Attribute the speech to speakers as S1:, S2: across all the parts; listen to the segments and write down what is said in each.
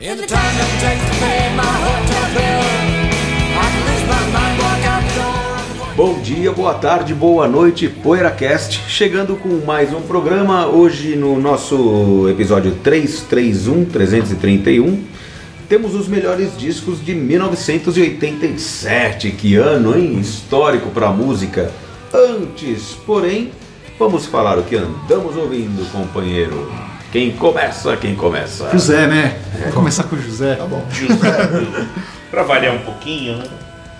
S1: In the time it takes to pay my hotel bill, I can lose my mind, walk out the door.
S2: Bom dia, boa tarde, boa noite, PoeiraCast, chegando com mais um programa, hoje no nosso episódio 331, 331, temos os melhores discos de 1987, que ano, hein? Histórico pra música. Antes, porém, vamos falar o que andamos ouvindo, companheiro. Quem começa, quem começa.
S3: José, né? Vou começar com o José. Tá bom.
S4: Pra variar um pouquinho, né?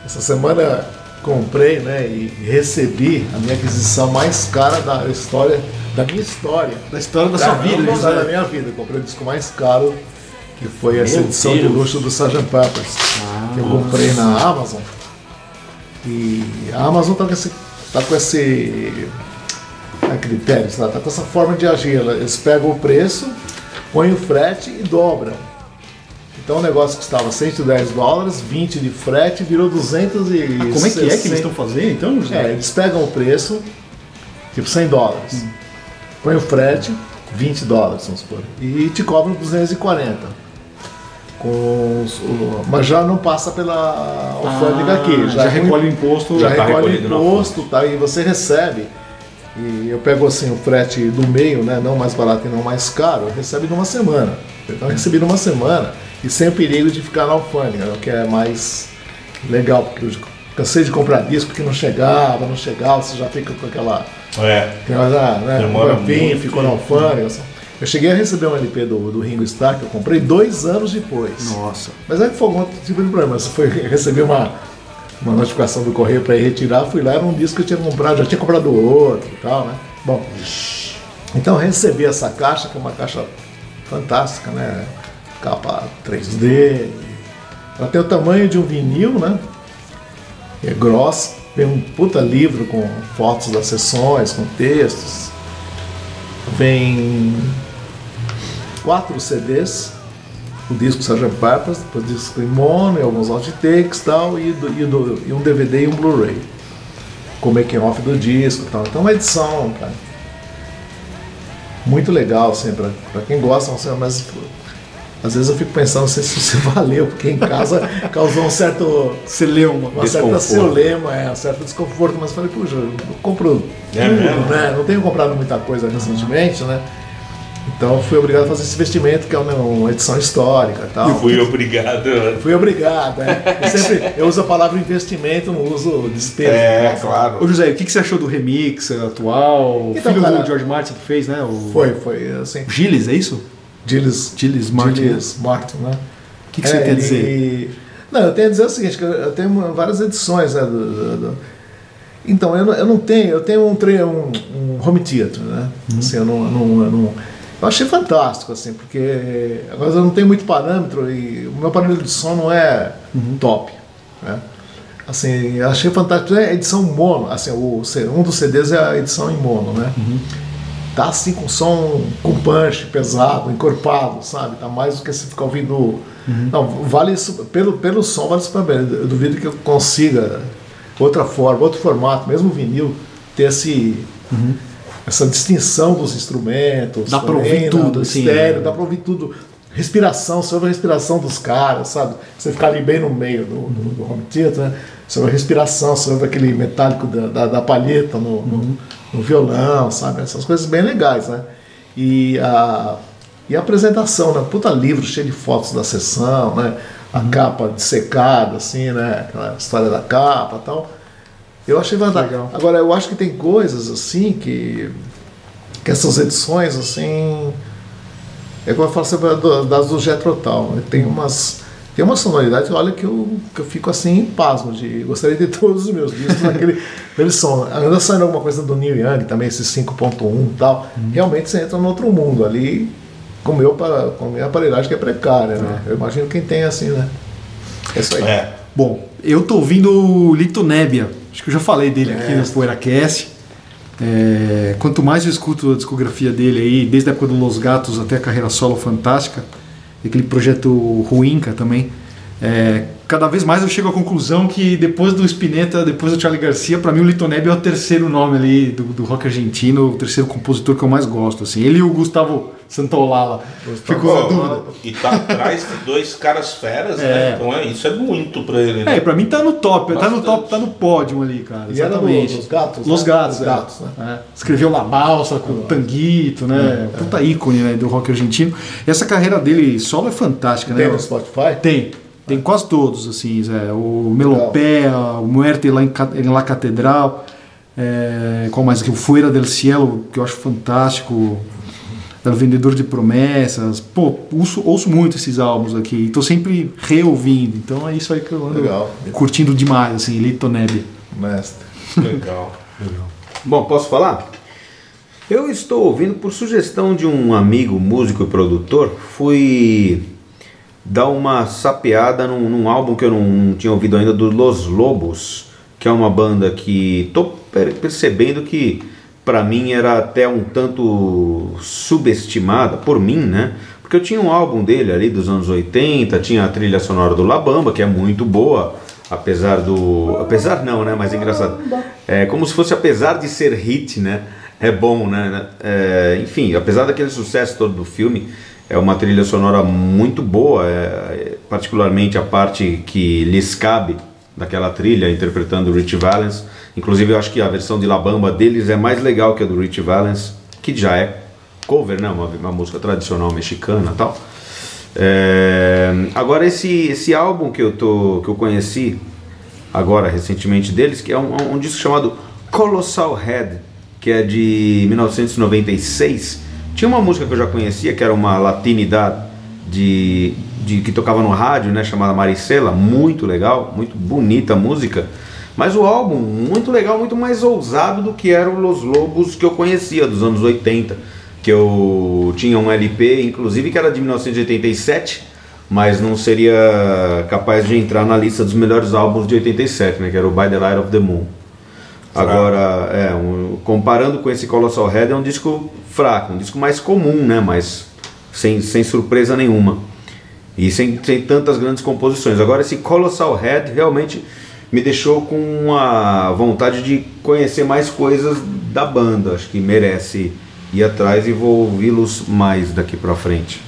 S5: Essa semana comprei, né, e recebi a minha aquisição mais cara da história, da minha história.
S3: Da história da
S5: Da
S3: sua
S5: minha
S3: vida,
S5: história, da
S3: José.
S5: minha vida. Comprei o disco mais caro, que foi essa
S4: Meu
S5: edição de
S4: Deus.
S5: luxo do Sgt. Peppers, que eu comprei na Amazon. E a Amazon tá com esse. Tá com esse a critério, sei lá, tá com essa forma de agir. Ela- Eles pegam o preço, põem o frete e dobram. Então o negócio custava 110 dólares, 20 de frete, virou 200 e.
S3: Como é que é que eles estão fazendo então,
S5: É,
S3: José?
S5: eles pegam o preço, tipo 100 dólares. Põe o frete, 20 dólares, vamos supor. E te cobram 240. Com os- o- mas já não passa pela alfândega aqui.
S3: Ah, já,
S5: é com-
S3: recolhe o imposto.
S5: já
S2: Já tá
S5: recolhe
S2: recolhido na
S5: imposto tá, e você recebe. E eu pego assim o frete do meio, né? Não mais barato e não mais caro, recebe numa semana. Então eu recebi numa semana e sem o perigo de ficar na alfândega, né, o que é mais legal, porque eu cansei de comprar disco que não chegava, não chegava, você já fica com aquela.
S4: É.
S5: aquela já, né,
S4: Demora
S5: comprou bem,
S4: muito.
S5: ficou na alfândega. assim. Eu cheguei a receber um LP do, do Ringo Starr que eu comprei dois anos depois.
S3: Nossa.
S5: Mas é que foi um outro tipo de problema. Você foi receber uma, uma notificação do correio para ir retirar, fui lá, era um disco que eu tinha comprado, já tinha comprado outro e tal, né? Bom, então recebi essa caixa, que é uma caixa fantástica, né? Capa 3D. Ela tem o tamanho de um vinil, né? É grossa, tem um puta livro com fotos das sessões, com textos. Vem quatro CDs o disco Sgt. Pepper's, depois o disco em mono, e alguns outtakes e tal, e, do- e do- e um DVD e um Blu-ray. Com o making é off do disco e tal. Então é uma edição, cara. Muito legal, assim, pra, pra quem gosta, assim, mas pô, às vezes eu fico pensando assim, se isso valeu, porque em casa causou um certo.
S3: Você leu uma.
S5: Uma certa
S2: Desconforto.
S5: ciolema, é, um certo desconforto, mas falei, puxa, eu compro
S4: É
S5: tudo,
S4: mesmo?
S5: né? Não tenho comprado muita coisa recentemente, né? Então fui obrigado a fazer esse investimento, que é uma, uma edição histórica e tal.
S4: Eu fui obrigado.
S5: Fui obrigado, é. Eu sempre eu uso a palavra investimento, não uso despesa.
S4: É.
S2: É
S3: Ô, José, o que que você achou do remix atual? O
S5: Então,
S3: filho
S5: cara-
S3: do George Martin que fez, né? O...
S5: Foi, foi, assim.
S3: O Gilles, é isso?
S5: Gilles,
S3: Gilles Martin.
S5: Gilles Martin, né?
S3: O que, que você tem a dizer?
S5: dizer? Não, eu tenho a dizer o seguinte, que eu- eu tenho uma- várias edições, né? do- do- do- Então, eu não, eu não tenho, eu tenho um, tre- um, um home theater, né?
S3: Uhum.
S5: Assim, eu não, eu não- eu não- eu achei fantástico, assim, porque agora eu não tenho muito parâmetro e o meu parâmetro de som não é
S3: Uhum.
S5: top, né? Assim, eu achei fantástico. É edição mono, assim, o, C- um dos CDs é a edição em mono, né?
S3: Uhum.
S5: tá assim com som com punch pesado, encorpado, sabe? Tá mais do que se ficar ouvindo. Não, vale isso, pelo, pelo som, vale super bem. Eu duvido que eu consiga outra forma, outro formato, mesmo vinil, ter esse. Essa distinção dos instrumentos,
S3: Dá pra ouvir
S5: né,
S3: tudo,
S5: do
S3: assim,
S5: estéreo,
S3: né?
S5: dá pra ouvir tudo. Respiração, você ouve a respiração dos caras, sabe? Você ficar ali bem no meio do, do, do home theater, né? Você ouve a respiração, você ouve aquele metálico da, da, da palheta no, no-
S3: Uhum.
S5: no violão, sabe? Essas coisas bem legais, né? E a, e a apresentação, né? Puta livro cheio de fotos da sessão, né? A
S3: Uhum.
S5: capa dissecada, assim, né? Aquela história da capa e tal. Eu achei legal. Agora, eu acho que tem coisas, assim, que que essas edições, assim. É como eu falo sempre do- das do Jetrotal. né? Tem umas Tem uma sonoridade, olha, que eu, que eu fico assim em pasmo. De, gostaria de ter todos os meus discos naquele, naquele som. Ainda saindo alguma coisa do Neil Young também, esse 5.1 e tal. Realmente você entra num outro mundo ali, com, o meu, pa- com a minha aparelhagem que é precária, né? Eu imagino quem tem assim, né? É isso aí.
S4: É.
S3: Bom, eu tô ouvindo o Litonébia. Acho que eu já falei dele aqui no PoeiraCast. É, quanto mais eu escuto a discografia dele aí, desde a época do Los Gatos até a carreira solo fantástica, e aquele projeto Ruinca também, é, cada vez mais eu chego à conclusão que depois do Spinetta, depois do Charlie Garcia, pra mim o Litonébia é o terceiro nome ali do, do rock argentino, o terceiro compositor que eu mais gosto. Assim. Ele e o Gustavo Santaolala. Ficou na dúvida.
S4: E tá atrás de dois caras feras,
S3: É.
S4: né? Então é, isso é muito pra ele,
S3: É,
S4: né?
S3: pra mim tá no top, tá no
S4: Bastante.
S3: top, tá no pódio ali, cara.
S5: E era do-
S3: Exatamente.
S5: dos gatos,
S3: Los
S5: né? É.
S3: gatos,
S5: Dos
S3: é.
S5: gatos,
S3: É. Escreveu La Balsa com o Tanguito, né?
S5: É,
S3: Puta ícone né, do rock argentino. E essa carreira dele solo é fantástica,
S5: Tem
S3: né?
S5: no Spotify?
S3: Tem. Tem quase todos, assim, Zé. O Melopé, o Muerte lá em, Ca- em La Catedral. É, qual mais? aqui? O Fuera del Cielo, que eu acho fantástico. É o Vendedor de Promessas. Pô, ouço, ouço muito esses álbuns aqui. E tô sempre reouvindo. Então é isso aí que eu ando
S5: Legal.
S3: curtindo demais, assim, Lito Neb.
S5: Mestre.
S4: Legal.
S2: Bom, posso falar? Eu estou ouvindo por sugestão de um amigo músico e produtor. Fui dar uma sapeada num, num álbum que eu não, não tinha ouvido ainda do Los Lobos, que é uma banda que tô per- percebendo que pra mim era até um tanto subestimada por mim, né? Porque eu tinha um álbum dele ali dos anos 80, tinha a trilha sonora do Labamba, que é muito boa, apesar do apesar não, né, mas é engraçado. É como se fosse apesar de ser hit, né? É bom, né? É, enfim, apesar daquele sucesso todo do filme, é uma trilha sonora muito boa, é, é, particularmente a parte que lhes cabe daquela trilha, interpretando o Rich Valens. Inclusive, eu acho que a versão de La Bamba deles é mais legal que a do Rich Valens, que já é cover, né? Uma, uma música tradicional mexicana e tal. É, agora, esse, esse álbum que eu, tô, que eu conheci agora recentemente deles, que é um, um disco chamado Colossal Head, que é de 1996. Tinha uma música que eu já conhecia, que era uma latinidade de, de que tocava no rádio, né, chamada Maricela, muito legal, muito bonita a música. Mas o álbum, muito legal, muito mais ousado do que eram Los Lobos que eu conhecia dos anos 80, que eu tinha um LP, inclusive que era de 1987 mas não seria capaz de entrar na lista dos melhores álbuns de 87, né? Que era o By the Light of the Moon. Agora, é, um- comparando com esse Colossal Head, é um disco fraco, um disco mais comum, né? Mas sem, sem surpresa nenhuma. E sem, sem tantas grandes composições. Agora, esse Colossal Head realmente me deixou com a vontade de conhecer mais coisas da banda. Acho que merece ir atrás e vou ouvi-los mais daqui pra frente.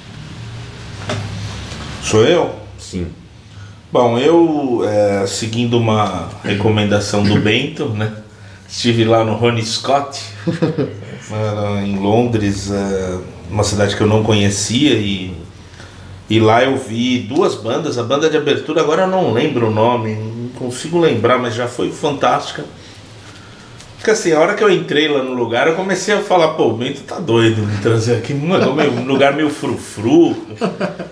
S4: Sou eu?
S2: Sim.
S4: Bom, eu, é, seguindo uma recomendação do Bento, né? Estive lá no Ronnie Scott, era em Londres, é, uma cidade que eu não conhecia, e, e lá eu vi duas bandas. A banda de abertura, agora eu não lembro o nome, não consigo lembrar, mas já foi fantástica. Porque assim, a hora que eu entrei lá no lugar, eu comecei a falar, pô, o Bento tá doido me trazer aqui. Mano, meio- um lugar meio frufru,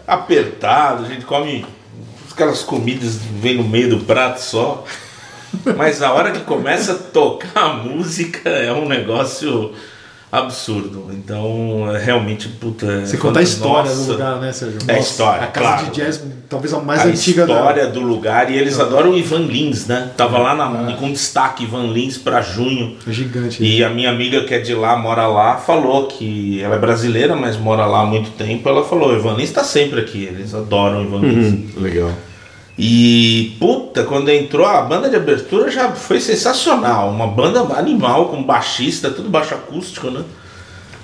S4: apertado, a gente come aquelas comidas que vem no meio do prato só. Mas a hora que começa a tocar a música é um negócio absurdo. Então, é realmente, puta. é
S3: Você conta a
S4: fantástico.
S3: história
S4: Nossa.
S3: do lugar, né, Sérgio?
S4: É história,
S3: A casa
S4: claro.
S3: de jazz, talvez a mais
S4: a
S3: antiga da-
S4: história do lugar e eles adoram o Ivan Lins, né? Tava lá na, com destaque Ivan Lins pra junho.
S3: É Gigante.
S4: E a minha amiga que é de lá, mora lá, falou que ela é brasileira, mas mora lá há muito tempo. Ela falou: o Ivan Lins tá sempre aqui, eles adoram o Ivan
S3: Uhum.
S4: Lins.
S2: Hum, Legal.
S4: E puta, quando entrou a banda de abertura já foi sensacional. Uma banda animal, com baixista, tudo baixo acústico, né?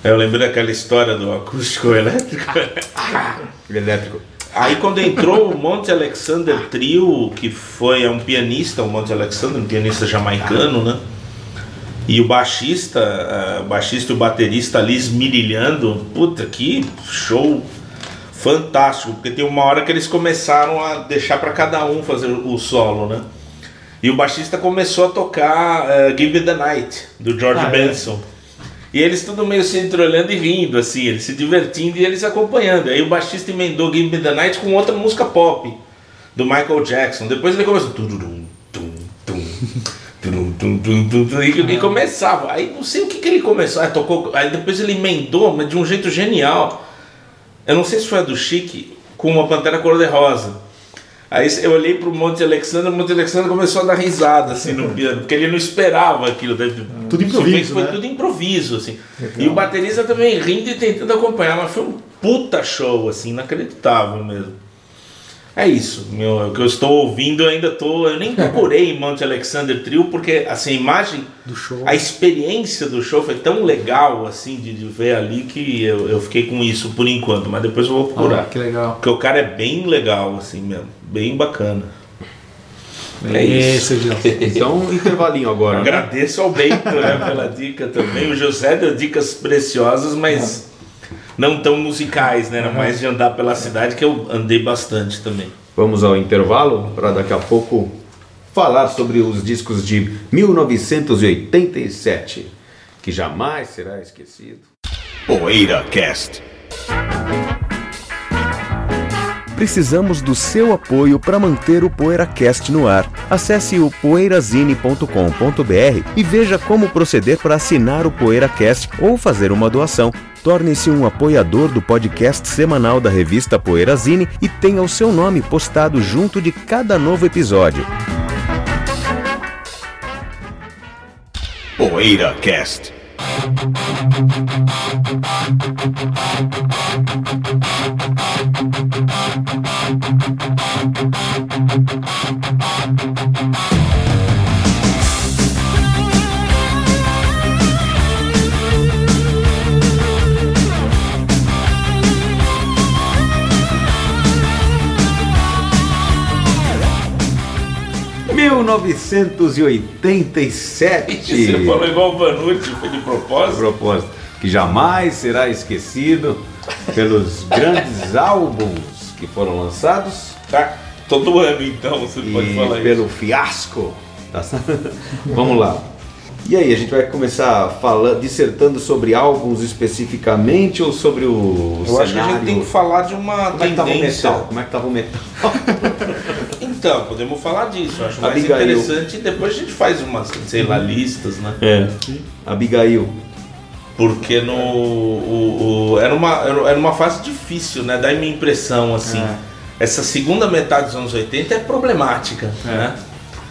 S4: Eu lembrei daquela história do acústico elétrico.
S2: é Elétrico.
S4: Aí quando entrou o Monte Alexander Trio, que foi é um pianista, o Monte Alexander, um pianista jamaicano, né? E o baixista, eh, o baixista e o baterista ali esmirilhando, puta que show fantástico, porque tem uma hora que eles começaram a deixar para cada um fazer o solo, né? E o baixista começou a tocar eh, Give Me the Night, do George Benson. E eles tudo meio se entreolhando e rindo, assim, eles se divertindo e eles acompanhando. Aí o baixista emendou Give Me the Night com outra música pop. do Michael Jackson. Depois ele começou. tururum, tum, tum, tururum, tum, tum, tum, tum, e, e começava. Aí não sei o que, que ele começou. Aí, tocou, aí depois ele emendou, mas de um jeito genial. Eu não sei se foi a do Chique, com uma pantera cor-de-rosa. Aí eu olhei pro Monte Alexandre, o Monte Alexandre começou a dar risada assim no piano, porque ele não esperava aquilo. né?
S3: Tudo
S4: Isso
S3: improviso,
S4: fez- Foi
S3: né?
S4: tudo improviso, assim. E o baterista também rindo e tentando acompanhar, mas foi um puta show, assim, inacreditável mesmo. É isso, meu, o que eu estou ouvindo, eu ainda tô. Eu nem procurei Monte Alexander Trio, porque assim, a imagem
S3: Do show.
S4: a experiência do show foi tão legal, assim, de, de ver ali, que eu, eu fiquei com isso por enquanto, mas depois eu vou procurar.
S3: Ah, que legal.
S4: Porque o cara é bem legal, assim mesmo, bem bacana. É
S3: Esse, Gil.
S2: Então, um intervalinho agora. né?
S4: Agradeço ao Bento né, pela dica também. O José deu dicas preciosas, mas
S3: Ah.
S4: não tão musicais, né? Era mais de andar
S3: É.
S4: pela cidade, que eu andei bastante também.
S2: Vamos ao intervalo para daqui a pouco falar sobre os discos de 1987, que jamais será esquecido.
S6: Poeira Cast.
S7: Precisamos do seu apoio para manter o PoeiraCast no ar. Acesse o poeirazine.com.br e veja como proceder para assinar o PoeiraCast ou fazer uma doação. Torne-se um apoiador do podcast semanal da revista Poeirazine e tenha o seu nome postado junto de cada novo episódio.
S6: Poeira Cast. é
S4: Você falou
S2: 1987.
S4: igual o Vanucci, foi de propósito.
S2: Propósito que jamais será esquecido pelos grandes álbuns que foram lançados
S4: Tá? Todo ano, então, você pode
S2: e
S4: falar isso.
S2: pelo fiasco. da- Vamos lá. E aí, a gente vai começar falando, dissertando sobre álbuns especificamente ou sobre o
S4: Eu acho que a gente tem que falar de uma
S2: Como é que tava o
S4: tendência.
S2: metal? Como é que tava o metal?
S4: Então, podemos falar disso. eu Acho mais
S2: Abigail. Uhum.
S4: interessante. E depois a gente faz umas, sei lá, listas, né?
S2: É. Abigail.
S4: Porque no. O, o- era, uma, era era uma fase difícil, né? Dá a minha impressão, assim.
S2: É.
S4: Essa segunda metade dos anos 80 é problemática,
S2: É.
S4: né?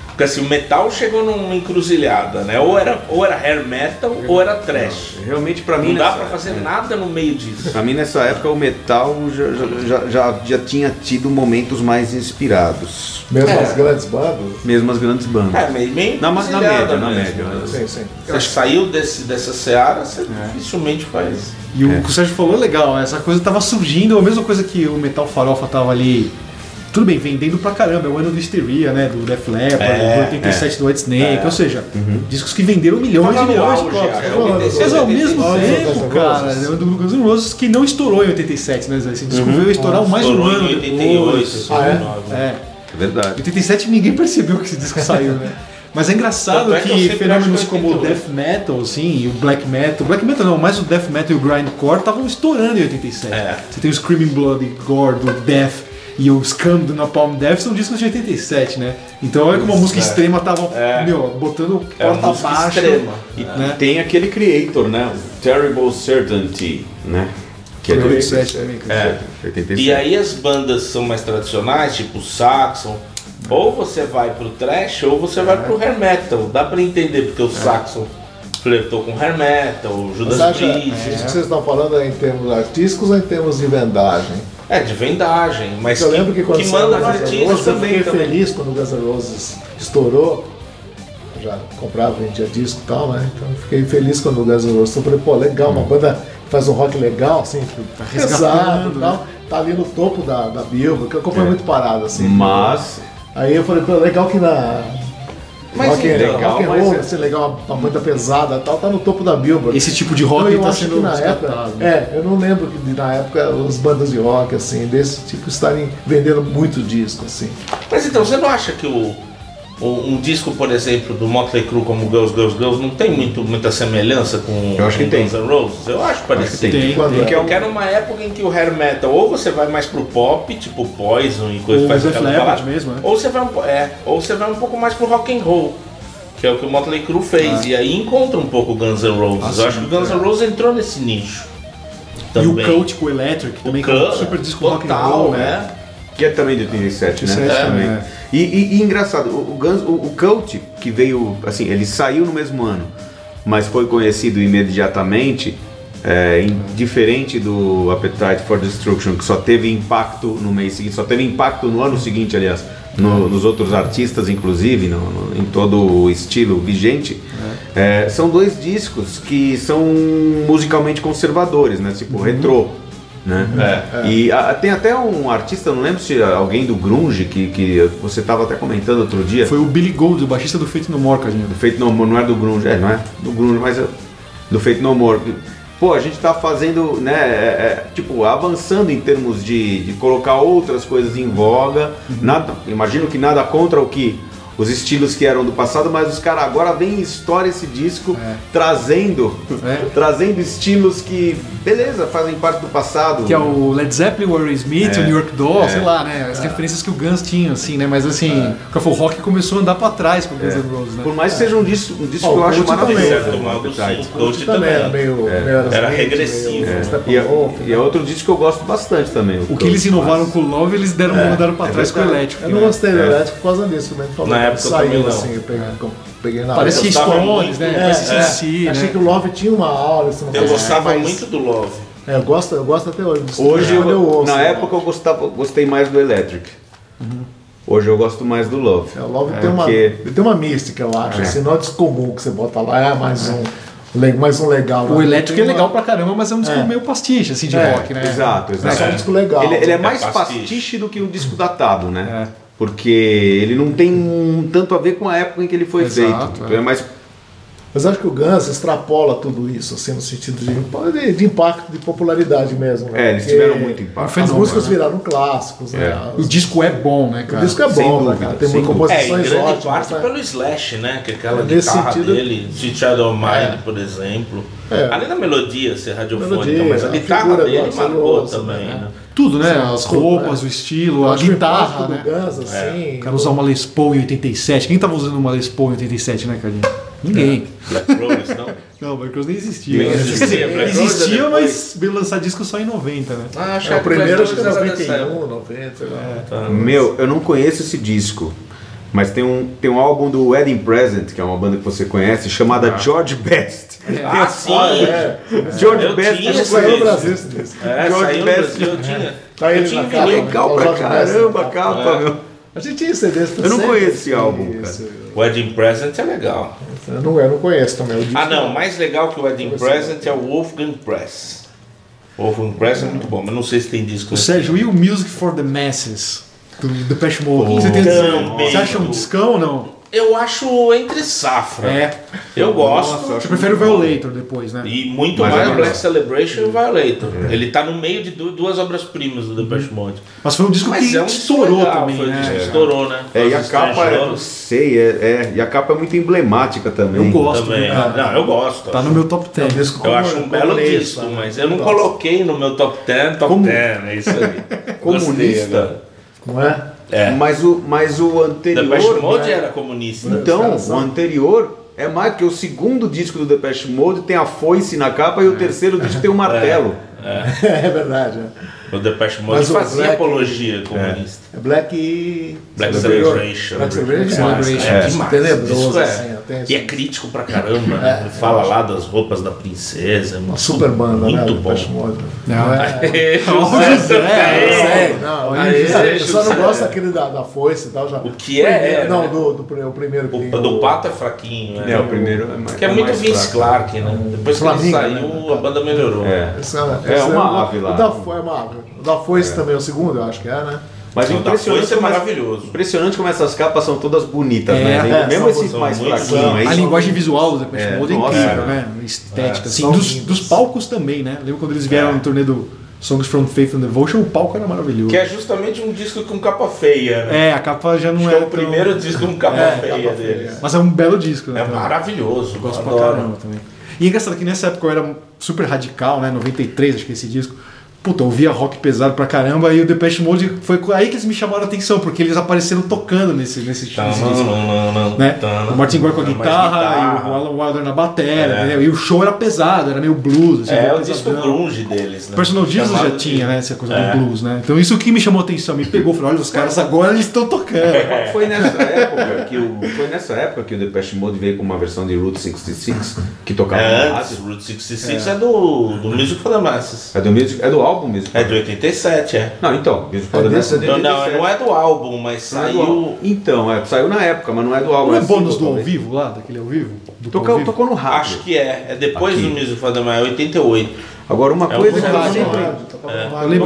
S4: Porque assim, o metal chegou numa encruzilhada, né? Ou era, ou era hair metal
S2: É.
S4: ou era trash.
S2: Realmente pra
S4: Não,
S2: mim né,
S4: dá
S2: nessa-
S4: pra fazer nada no meio disso.
S2: Pra mim nessa época o metal já, já, já- já, já tinha tido momentos mais inspirados.
S5: Mesmo
S4: É.
S5: as grandes bandas.
S2: Mesmo as grandes bandas.
S4: É, meio, meio
S2: Na ma- na
S4: encruzilhada
S2: média, na
S4: mesmo,
S2: média,
S4: né?
S5: Sim, sim.
S4: Você saiu desse, dessa seara, você dificilmente faz.
S3: E o que o Sérgio falou é legal, essa coisa tava surgindo, a mesma coisa que o Metal Farofa tava ali. Tudo bem, vendendo pra caramba, é o ano do Histeria, né? Do Def Leppard, do 87 do White Snake, ou seja, discos que venderam milhões e
S4: Tava no
S3: milhões de
S4: auge,
S3: cópias.
S4: acho,
S3: É,
S4: é, 87,
S3: Mas ao mesmo
S4: 87.
S3: tempo,
S5: Guns N'
S3: cara,
S5: Roses.
S3: é o do Guns N' Roses que não estourou em 87, né? Zé? Esse disco veio estourar mais de um
S4: Estourou
S3: ano
S4: em
S3: depois.
S4: 88,
S5: Ah, é?
S4: 89.
S3: É,
S2: É verdade.
S3: 87 ninguém percebeu que esse disco saiu, né? Mas é engraçado
S4: Tanto é que eu
S3: que
S4: sempre
S3: fenômenos
S4: acho que é
S3: como o
S4: 88.
S3: death metal, assim, e o black metal, black metal não, mas o death metal e o grindcore estavam estourando em 87.
S4: É.
S3: Você tem o Screaming Blood, Gore, do Death e o Scam do Napalm Death são discos de 87, né? Então é como a música extrema tava, meu, botando
S4: É uma
S3: porta
S4: música
S3: abaixo.
S4: extrema.
S2: E
S3: Né?
S2: tem aquele creator, né? O Terrible Certainty, né? Que é de
S3: 87 também, cara.
S4: É.
S2: 87.
S4: E aí as bandas são mais tradicionais, tipo Saxon. Ou você vai pro trash ou você vai pro hair metal. Dá pra entender porque o Saxon flertou com hair metal, o Judas
S5: Mas acha, isso
S4: Priest.
S5: que vocês estão falando é em termos artísticos ou em termos de vendagem?
S4: É. de vendagem, mas
S5: Porque eu lembro que quando
S4: É que
S5: saiu
S4: manda no
S5: Guns N'
S4: artista
S5: Roses, eu
S4: também.
S5: fiquei
S4: também.
S5: feliz quando o Guns N' Roses estourou. Eu Já comprava, vendia disco e tal, né? Então eu fiquei feliz quando o Guns N' Roses. Eu falei, pô, legal, uma banda que faz um rock legal, assim, pesado
S3: resgatando,
S5: e tal. Tá ali no topo da, da Billboard, que eu comprei muito parado, assim.
S2: Hum. Mas
S5: Aí eu falei, pô, legal que na...
S4: Mas
S5: rock,
S4: então,
S5: legal, rock and
S2: mas
S5: roll,
S2: é-
S5: assim, legal, uma banda pesada e tal, tá no topo da
S4: É.
S5: Billboard.
S3: Esse tipo de
S5: Então,
S3: rock
S5: eu
S3: tá
S5: acho que
S3: sendo
S5: na
S3: descartado.
S5: época, é, eu não lembro que de- na época as bandas de rock assim desse tipo estarem vendendo muito disco assim.
S4: Mas então, você não acha que o Um um disco, por exemplo, do Motley Crue como Girls, Girls, Girls, não tem muito, muita semelhança com
S2: Eu acho que
S4: com
S2: tem.
S4: Guns N' Roses? Eu acho parecido.
S2: tem.
S3: Tem,
S5: Quando
S3: tem.
S5: é?
S4: Porque eu quero uma época em que o hair metal ou você vai mais pro pop, tipo Poison e coisa
S3: Ou
S4: faz
S3: Def
S4: aquela
S3: Leppard
S4: balada,
S3: mesmo, né?
S4: ou você vai um, po- é, ou você vai um pouco mais pro rock and roll, que é o que o Motley Crue fez e aí encontra um pouco o Guns N' Roses.
S3: Ah,
S4: eu acho
S3: sim,
S4: que o Guns N' Roses entrou nesse nicho.
S3: E o
S4: Também.
S3: Cult com o Electric também, que é um
S4: Cult,
S3: super disco
S4: total,
S3: rock and roll, né?
S2: Que é também de 87, né?
S3: 87 também.
S2: Também. E, e- e engraçado, o, o Guns, o, o Cult, que veio, assim, ele saiu no mesmo ano, mas foi conhecido imediatamente, é, em- diferente do Appetite for Destruction, que só teve impacto no mês seguinte, só teve impacto no ano seguinte, aliás, no- nos outros artistas, inclusive, no- no- em todo o estilo vigente. É, são dois discos que são musicalmente conservadores, né? Tipo, retrô. Né?
S3: É,
S2: E a- tem até um artista, não lembro se alguém do Grunge, que, que você estava até comentando outro dia.
S3: Foi o Billy Gold, o baixista do Feito No More, Cadinho.
S2: Feito No More, não é do Grunge, é, não é do Grunge, mas é do Feito No More. Pô, a gente tá fazendo, né, é, é, tipo, avançando em termos de, de colocar outras coisas em voga.
S3: Uhum.
S2: Nada, imagino que nada contra o que os estilos que eram do passado, mas os caras agora vêm e estoura esse disco trazendo
S3: É.
S2: trazendo estilos que, beleza, fazem parte do passado.
S3: Que é o Led Zeppelin, o Aerosmith, o New York Doll, sei lá, né? As referências que o Guns tinha, assim, né? Mas assim, o Café Rock começou a andar pra trás com o Guns N' Roses, né?
S2: Por mais que seja um disco, um disco
S5: Ó,
S2: que eu
S5: o
S2: acho
S5: Cult também,
S4: De
S2: maravilhoso.
S4: certo
S2: o
S4: modo, sim,
S2: Appetite.
S4: o Cult
S5: também
S4: também.
S5: era meio. meio
S4: Era
S5: Aerosmith,
S4: regressivo.
S5: meio
S2: E é,
S5: Steppenwolf,
S2: e é outro disco que eu gosto bastante também.
S3: O que eles inovaram com o Love, eles deram, mandaram pra
S2: é
S3: trás com o
S2: verdade.
S3: Electric.
S5: Então, Eu não
S3: né?
S5: gostei do Elétrico por causa disso, como ele falou.
S4: Na
S5: quando
S4: época eu
S5: saiu,
S4: também não.
S5: assim, eu peguei, com- peguei na
S3: Parece
S4: eu
S3: que
S4: gostava
S3: Stones,
S4: muito.
S3: né?
S4: É,
S3: Parece
S5: É,
S3: CC, né?
S5: achei que o Love tinha uma aula, isso não
S4: Eu
S5: faz-
S4: gostava
S5: É, mas-
S4: muito do Love.
S5: É, eu gosto, eu gosto até hoje.
S3: Ah,
S2: Hoje, eu,
S5: Quando ouço,
S2: na
S5: né?
S2: época, eu gostava, gostei mais do Electric.
S3: Uhum.
S2: Hoje eu gosto mais do Love.
S5: É, o Love tem, uma,
S2: porque-
S5: ele tem uma mística, eu acho. Assim, não é descomum que você bota lá, é mais um, le- mais um legal.
S3: O
S5: né?
S3: Electric é
S5: Tem uma-
S3: legal pra caramba, mas é um disco
S5: É.
S3: meio pastiche, assim, de
S5: É,
S3: rock, né?
S2: Exato,
S5: É
S2: exato.
S5: só um disco legal.
S2: Ele, ele é
S4: É
S2: mais
S4: pastiche.
S2: pastiche do que um disco datado, né?
S3: É.
S2: Porque ele não tem um tanto a ver com a época em que ele foi
S3: Exato,
S2: feito.
S3: é.
S2: Então é mais
S5: Mas acho que o Guns extrapola tudo isso, assim, no sentido de, de, de impacto, de popularidade mesmo. né?
S2: É, eles
S5: Porque
S2: tiveram muito
S3: É um
S2: impacto.
S5: As
S3: fenômeno.
S5: músicas
S3: né?
S5: viraram clássicos, né?
S3: O disco é bom, né, cara?
S5: O disco é
S2: Sem
S5: bom, né,
S2: dúvida,
S5: cara? Tem
S2: sem
S5: uma
S2: dúvida.
S4: É, em
S5: composição
S4: grande
S5: exótica.
S4: parte
S5: né?
S4: pelo Slash, né? Que aquela
S5: Nesse
S4: guitarra
S5: sentido-
S4: dele, de Shadow Mind, por exemplo.
S5: É.
S4: Além da melodia ser radiofônica,
S5: Melodia,
S4: mas a
S5: a
S4: guitarra
S5: figura do
S4: dele
S5: Axl
S4: marcou
S5: Rose,
S4: também,
S5: né?
S4: né?
S3: Tudo, né?
S5: Sim,
S3: As
S5: tudo,
S3: roupas,
S5: é.
S3: o estilo,
S5: Eu
S3: a
S5: acho que o impacto
S3: guitarra,
S5: do
S3: né?
S5: Guns, assim,
S3: O cara usar uma Les Paul em 87. Quem tava usando uma Les Paul em 87, né, Cadinho? Ninguém.
S4: Black Rose, não?
S3: É. Não, o Black Rose nem existia.
S4: Nem
S3: né?
S4: existia,
S3: Quer dizer,
S4: Black Rose
S3: existia,
S4: depois.
S3: mas veio lançar disco só em 90, né?
S4: Ah,
S5: É, o primeiro acho que é 91, 90, sei lá.
S2: Meu, eu não conheço esse disco. Mas tem um, tem um álbum do Wedding Present, que é uma banda que você conhece, chamada George Best.
S4: Ah, sim!
S2: George
S4: Eu
S2: Best
S4: tinha
S2: eu não
S4: esse
S5: Saiu no
S2: conheço.
S5: Brasil esse disco.
S4: É,
S2: George
S4: saiu no
S2: Best.
S4: Brasil, eu tinha.
S5: Tá
S4: eu
S5: ele
S4: tinha
S5: na
S4: em
S5: capa,
S4: vinil.
S5: né?
S2: Legal pra
S5: George Best.
S2: caramba, a capa, meu.
S5: A gente tinha CDs pra
S2: Eu não
S5: sempre,
S2: conheço
S5: assim,
S2: esse álbum, cara.
S5: isso.
S4: Wedding Present é legal.
S5: Eu não, eu não conheço também. é o disco.
S4: Ah, não, mais legal que o Wedding Present é o Wolfgang Press. Wolfgang Press é muito bom, mas não sei se tem
S3: O
S4: disco. nesse-
S3: Sérgio, e o Music for the Masses? Do Depeche Mode. O que você, tem a
S4: também.
S3: dizer? você acha um discão ou não?
S4: Eu acho entre safra.
S3: É.
S4: Eu gosto.
S3: Você prefere o Violator depois, né?
S4: E muito
S2: Mas
S4: mais
S2: é
S4: o Black Celebration e o Violator. Ele tá no meio de du- duas obras-primas do Depeche Mode.
S3: Mas foi um disco
S4: Mas
S3: que
S4: é um disco
S3: estourou
S4: legal,
S3: também,
S4: foi um
S3: né?
S4: disco que estourou, né?
S2: É, e a
S4: Os Strange
S2: capa, é, não
S4: Loves
S2: sei, é, é, e a capa é muito emblemática também.
S3: Eu gosto,
S4: também. é.
S3: né, cara?
S4: Não, eu gosto.
S3: Tá no meu top 10.
S5: disco
S4: Eu
S5: como-
S4: acho um
S5: como
S4: belo
S5: leio,
S4: disco,
S5: sabe?
S4: mas eu não
S5: Nossa.
S4: coloquei no meu top 10, top
S2: Como-
S4: 10, é isso aí.
S2: Comunista.
S5: Não é?
S4: É.
S2: Mas o, mas o
S4: Depeche
S2: anterior.
S4: Mode é era comunista.
S2: né? Então,
S5: caras
S2: o
S5: são-
S2: anterior é mais, porque o segundo disco do Depeche Mode tem a foice na capa e o terceiro disco tem o martelo.
S5: É verdade. é.
S4: O Depeche Mode
S5: Mas o
S4: fazia
S5: Black-
S4: apologia comunista.
S5: É Black e.
S4: Black
S5: Celebration.
S4: Celebration.
S5: Black Celebration.
S4: Demais,
S5: Celebration.
S4: é,
S5: Isso
S4: demais.
S5: tenebroso,
S4: Isso é.
S5: assim, até
S4: E é
S5: assim.
S4: crítico pra caramba. né? Ele Fala lá das roupas da princesa. é
S5: Uma super banda, né?
S4: Muito
S5: do
S4: bom.
S5: Depeche Mode.
S3: Não, é.
S4: José,
S5: É,
S4: José.
S5: não,
S4: Aí,
S5: eu, eu só não
S4: José.
S5: gosto daquele da, da foice e tal. Já.
S4: É. O que é,
S5: Primeiro-
S4: é,
S5: Não,
S4: né?
S5: do, do, pri- o primeiro. que
S4: O
S5: tem
S4: do Pato é fraquinho, né?
S2: É, o primeiro é mais.
S4: Que é muito
S2: mais
S4: Vince
S2: fraco.
S4: Clark, né? Depois que ele
S5: Flamingo,
S4: saiu, a banda melhorou.
S2: É.
S5: Essa-
S2: É
S5: essa
S2: uma
S5: o-
S2: ave lá.
S5: O da, fo- é uma ave. O da foice também, é o segundo, eu acho que é, né?
S2: Mas
S4: O da
S2: impressionante
S4: Foice é
S2: como essa-
S4: maravilhoso.
S2: Impressionante como essas capas são todas bonitas,
S3: É,
S2: né?
S5: é,
S2: Mesmo
S5: são-
S2: esse
S4: são
S2: mais
S4: muito
S2: fraquinho
S4: bons.
S2: aí.
S3: A
S2: são-
S3: linguagem visual do Depeche
S2: É,
S3: Mode é
S2: nossa,
S3: incrível,
S2: é.
S3: né? Estética, assim.
S5: são
S3: Dos,
S5: lindos.
S4: É.
S3: dos palcos também, né? Lembro quando eles vieram no turnê do Songs from Faith and Devotion, o palco era maravilhoso.
S4: Que é justamente um disco com capa feia, né?
S3: É, a capa já não
S4: Acho
S3: é.
S4: que é o
S3: tão-
S4: primeiro disco com capa
S3: É,
S4: feia
S3: capa
S4: deles.
S3: Mas é um belo disco, né?
S4: É
S3: também.
S4: maravilhoso.
S3: Eu gosto pra
S4: adoro.
S3: caramba também. E é engraçado que nessa época eu era super radical, né? 93, acho que é esse disco. Puta, eu ouvia rock pesado pra caramba e o Depeche Mode foi aí que eles me chamaram a atenção, porque eles apareceram tocando nesse, nesse, nesse
S4: Tá,
S3: disco.
S4: não, não, não, não,
S3: né?
S4: tá, não.
S3: o Martin Gore com a
S4: Tá, mais
S3: guitarra,
S4: guitarra.
S3: e o Alan Wilder na bateria,
S4: É.
S3: entendeu? E o show era pesado, era meio blues. Assim,
S4: É,
S3: meio
S4: o disco
S3: pesadão.
S4: grunge deles, né?
S3: Personal Jesus
S4: Chamado
S3: já tinha, né? Essa coisa
S4: É.
S3: do blues, né? Então isso que me chamou a atenção, me pegou. Falei, olha, os caras agora eles estão tocando. é
S4: É.
S2: Foi nessa época que o foi nessa época que o Depeche Mode veio com uma versão de Route 66 que tocava
S4: É,
S2: no
S4: antes,
S2: rádio.
S4: Route 66 é, do, do Music for the Masses.
S2: É do music, é do álbum mesmo.
S4: É de 87, é.
S2: Não, então, Music for
S5: É
S2: the
S5: desse-
S2: Masses é de
S4: Não, não,
S2: 87.
S4: não é do álbum, mas
S2: Não é do
S4: saiu.
S2: álbum. Então, é, saiu na época, mas não é do álbum.
S3: Não é
S2: assim,
S3: bônus do ao
S2: totalmente.
S3: vivo lá, daquele ao vivo? Do ao
S2: Tocou,
S3: vivo?
S2: tocou no rádio.
S4: Acho que é. É depois
S2: Aqui.
S4: do Music for the Masses, é 88.
S2: Agora uma
S4: É
S2: coisa
S4: um
S2: que eu
S4: rádio,
S2: sempre
S5: tá
S3: Eu lembro de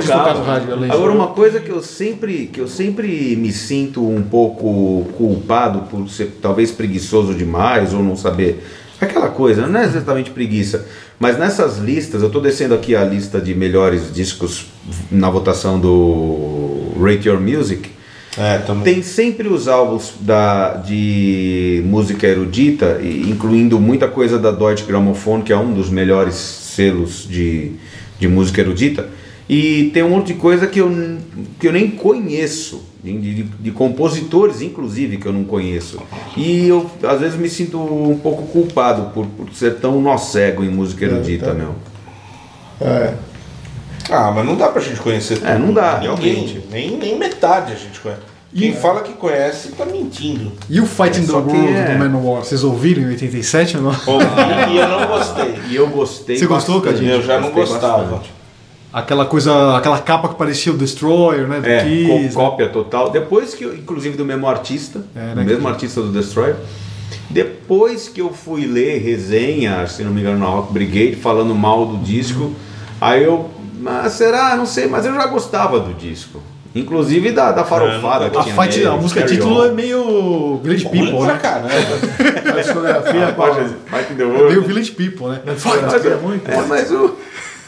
S3: tocar
S2: Tocava.
S3: no rádio, eu lembro.
S2: Agora uma coisa que eu sempre que eu sempre me sinto um pouco culpado por ser talvez preguiçoso demais ou não saber aquela coisa, não é exatamente preguiça, mas nessas listas, eu estou descendo aqui a lista de melhores discos na votação do Rate Your Music,
S4: É, também.
S2: tem sempre os álbuns da, de música erudita, e- incluindo muita coisa da Deutsche Grammophon, que é um dos melhores selos de, de música erudita. E tem um monte de coisa que eu, n- que eu nem conheço, de, de- de compositores, inclusive, que eu não conheço. E eu, às vezes, me sinto um pouco culpado por, por ser tão nó cego em música erudita, meu.
S5: É.
S4: Ah, mas não dá pra gente conhecer tudo.
S2: É, não dá,
S4: Ninguém,
S2: realmente.
S4: nem, nem metade a gente conhece. Quem fala que conhece tá mentindo.
S3: E o Fighting the
S2: só que
S3: World
S2: é-
S3: do Manowar, vocês ouviram em 87 ou não?
S4: Ou, e eu não gostei.
S2: E eu gostei.
S3: Você gostou,
S2: bastante,
S3: Cadinho?
S4: Eu já não
S2: gostei
S4: gostava.
S2: bastante.
S3: Aquela coisa, aquela capa que parecia o Destroyer, né? Do
S2: É,
S3: Kiss,
S2: co- cópia total. Depois que, eu- inclusive do mesmo artista,
S3: É, né,
S2: do mesmo
S3: que-
S2: artista do Destroyer. Depois que eu fui ler resenha, se não me engano, na Rock Brigade, falando mal do disco, aí eu, mas será? Não sei, mas eu já gostava do disco. Inclusive da, da farofada
S4: É,
S2: que
S3: tá. A,
S2: tinha
S3: fight,
S2: nele,
S3: a música
S2: Carry
S3: título
S2: On.
S3: é meio Village
S4: Ruim
S3: People,
S4: pra
S3: né?
S4: caramba.
S5: A discografia,
S2: Ah, pode
S5: Paulo,
S2: dizer, Fighting the
S3: É Meio
S2: World.
S3: Village People, né?
S2: Mas,
S5: discografia é muito.
S2: é, mas o, o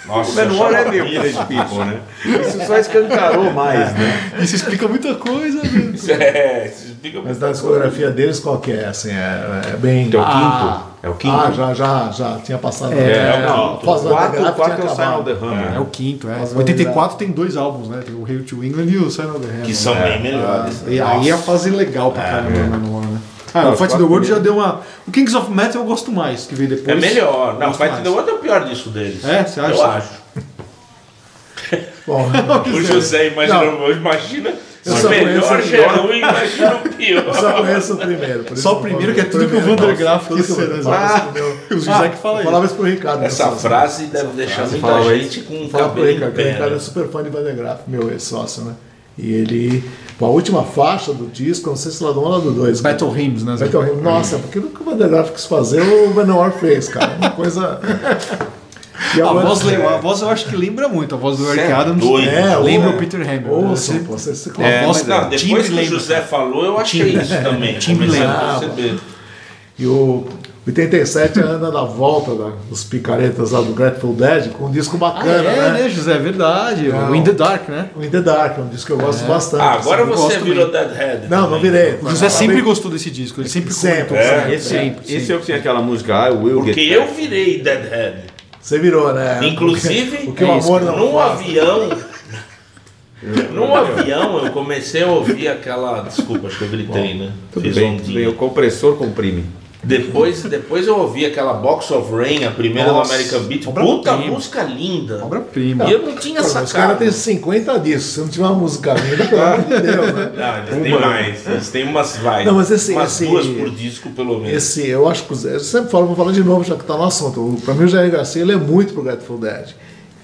S4: Nossa,
S2: Menor é
S4: chama
S2: meio
S4: vida.
S2: Village People, né? Isso só escancarou mais, né?
S3: Isso explica muita coisa, meu.
S4: É, isso fica
S5: Mas da discografia deles, qual que é? Assim, é, é bem.
S2: Então, é o
S3: Ah.
S2: quinto. É o quinto.
S5: ah, já, já, já. Tinha passado.
S3: É,
S2: não, o
S5: Pós
S2: quatro, o
S5: Lateral
S2: quatro é
S5: tinha
S2: o Sign of
S5: acabado.
S2: the Hammer.
S3: É o quinto, é.
S5: Mas
S3: 84 tem dois álbuns, né? Tem o Hail to England e o Sign of the Heaven.
S4: Que são bem melhores.
S3: E aí é a fase legal pra caramba do Manowar, né? Ah, o
S2: Não,
S3: Fight the
S2: quatro
S3: World
S2: mesmo.
S3: já deu uma. O Kings of Metal eu gosto mais, que veio depois.
S4: É melhor. Não,
S3: Gosto
S4: Fight
S3: mais.
S4: the World é o pior disco deles.
S3: É? Você acha?
S4: Eu acho.
S5: Bom,
S4: O José imaginou, imagina
S5: Eu
S4: se
S5: só
S4: o melhor
S5: conheço o
S4: já é ruim, imagina o
S5: eu só
S4: pior.
S5: conheço o primeiro. por isso
S3: Só o
S5: eu
S3: primeiro,
S5: falo
S3: que é tudo que o
S5: primeiro.
S3: Vander Graaf
S5: Nossa,
S3: quis ser, né?
S5: isso, Ah, nossa, assim. meu.
S3: O José que fala
S5: Eu
S3: isso.
S5: falava isso pro Ricardo. assim,
S4: Essa
S5: pessoal.
S4: frase deve deixar muita
S2: falava
S4: gente com o
S5: Fala pra
S4: cabelo
S5: ele,
S4: em
S5: cara, que o
S4: pé.
S5: Ricardo é
S4: né?
S5: super fã de Vandegraaff, meu ex-sócio, né? E ele, com a última faixa do disco, não sei se lá do 1 ou lá do 2.
S3: Battle Hymns, né? Zé?
S5: Battle Hymn. Nossa, porque nunca o Vandegraaff quis fazer, o Manowar fez, cara. Uma coisa... E
S3: A
S5: agora-
S3: voz, lembra- a voz eu acho que lembra muito, a voz do Eric
S2: Cê é
S3: Adams.
S4: doido.
S5: É,
S3: lembra
S5: ou-
S3: o Peter Hammer.
S5: Ouçam,
S3: né?
S5: pô, vocês se
S3: É,
S4: Mas,
S3: Nossa,
S4: não,
S3: timbre
S4: depois que o
S3: lembra.
S4: José falou, eu achei
S3: Timbre.
S4: isso também.
S3: Timbre
S4: Comecei
S3: lembra.
S4: a perceber.
S5: E o 87 anda na volta da- dos picaretas lá do Grateful Dead com um disco
S3: Ah,
S5: bacana,
S3: é,
S5: né?
S3: né, José? É verdade.
S5: Não.
S3: O In the Dark, né?
S5: O In The Dark, um disco que eu gosto bastante. assim.
S4: Ah, agora
S3: eu
S4: você
S3: gosto
S4: virou Deadhead.
S5: Não, não
S4: também. né?
S5: virei.
S3: O José é sempre gostou desse disco, ele sempre
S5: Sempre,
S3: comentou.
S5: sempre.
S2: Esse,
S3: Sempre,
S2: esse
S3: sempre.
S2: é o que tinha aquela música I Will
S4: Porque
S2: Get
S4: eu virei Deadhead.
S5: Você virou, né?
S4: Inclusive,
S5: o que o
S3: é isso,
S5: amor não
S4: num
S5: faz. né?
S4: avião. num avião eu comecei a ouvir aquela. Desculpa, acho que eu gritei, né?
S2: Tudo
S4: Fiz
S2: bem, tudo
S4: ondinha.
S2: bem, o compressor comprime.
S4: Depois, depois eu ouvi aquela Box of Rain, a primeira
S3: Nossa,
S4: do American Beat.
S3: obra-prima.
S4: Puta música linda.
S3: É Obra-prima.
S4: E eu não tinha
S5: Pô, Os caras
S4: sacado.
S5: têm 50 discos, se não tiver uma música linda, pelo amor de Deus, né?
S4: Não, Ah, eles têm mais. Eles têm umas vai.
S5: Não, mas esse-
S4: umas
S5: esse-
S4: duas por disco, pelo menos. Ah,
S5: Esse, eu acho que o Zé, eu sempre falo, vou falar de novo, já que tá no assunto. O- Pra mim, o Jair Garcia ele é muito pro Grateful Dead.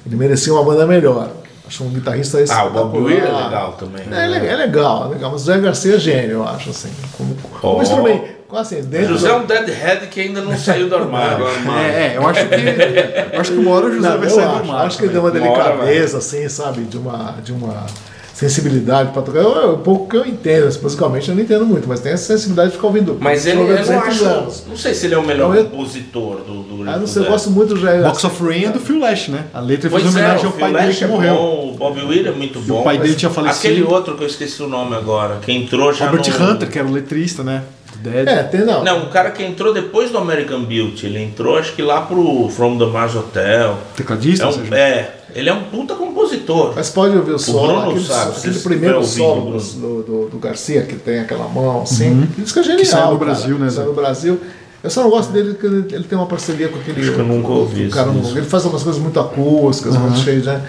S5: Ele merecia uma banda melhor. Acho um guitarrista
S4: Ah, o Bob
S5: espetacular.
S4: Weir é legal também.
S5: É, le- é legal, é legal, mas o Jair Garcia é gênio, eu acho, assim. Como, como
S4: Ó.
S5: instrumento. Assim, dentro
S4: José é
S5: do-
S4: um Deadhead que ainda não saiu do armário.
S3: É, é, eu acho que. Eu acho que uma hora o José
S5: Não,
S3: vai
S5: eu
S3: sair do né?
S5: acho,
S3: armário.
S5: acho que ele deu
S3: também.
S5: uma
S4: Uma hora
S5: delicadeza, assim, sabe? De uma. De uma sensibilidade pra tocar. Eu, eu, o pouco que eu entendo, assim, musicalmente eu não entendo muito, mas tem essa sensibilidade de ficar ouvindo.
S4: Mas ele,
S5: pelo
S4: eu
S5: menos
S4: não
S5: 200
S4: acho.
S5: anos.
S4: Não sei se ele é o melhor
S5: Não, eu-
S4: compositor do, do
S5: Ah,
S4: do
S5: não sei, eu
S4: Zé.
S5: gosto muito já.
S4: né?
S3: Box of Rain é do Phil Lash, né? A letra faz
S4: Pois é,
S3: homenagem ao
S4: o
S3: pai
S4: Phil
S3: dele
S4: Lesh
S3: que
S4: é
S3: morreu.
S4: bom, o Bob Williams é muito
S3: o
S4: bom.
S3: pai
S4: mas
S3: dele tinha falecido.
S4: Aquele outro que eu esqueci o nome agora, que entrou já
S3: Robert
S4: no...
S3: Hunter, que era o letrista, né? Do Dead.
S5: É, tem não.
S4: Não, o cara que entrou depois do American Beauty, ele entrou acho que lá pro From the Mars Hotel.
S3: Tecladista,
S4: É,
S3: ou
S4: um-
S3: seja.
S4: é, ele é um puta compositor.
S5: Mas pode ouvir o solo,
S4: Bruno
S5: aquele,
S4: sabe,
S5: aquele
S4: vocês
S5: primeiro
S4: tiveram
S5: solo
S4: ouvido,
S5: do, do- do Garcia, que tem aquela
S3: Uhum.
S5: mão assim. Isso que é genial.
S3: saiu no
S5: cara,
S3: Brasil, né,
S5: que saiu
S3: Zé?
S5: no Brasil. Eu só não gosto dele porque ele ele tem uma parceria com aquele.
S4: Acho que eu nunca
S5: com-
S4: ouvi
S5: com o
S4: isso,
S5: cara,
S4: isso.
S5: Ele faz umas coisas muito acústicas, muito
S3: Uhum.
S5: cheias, né?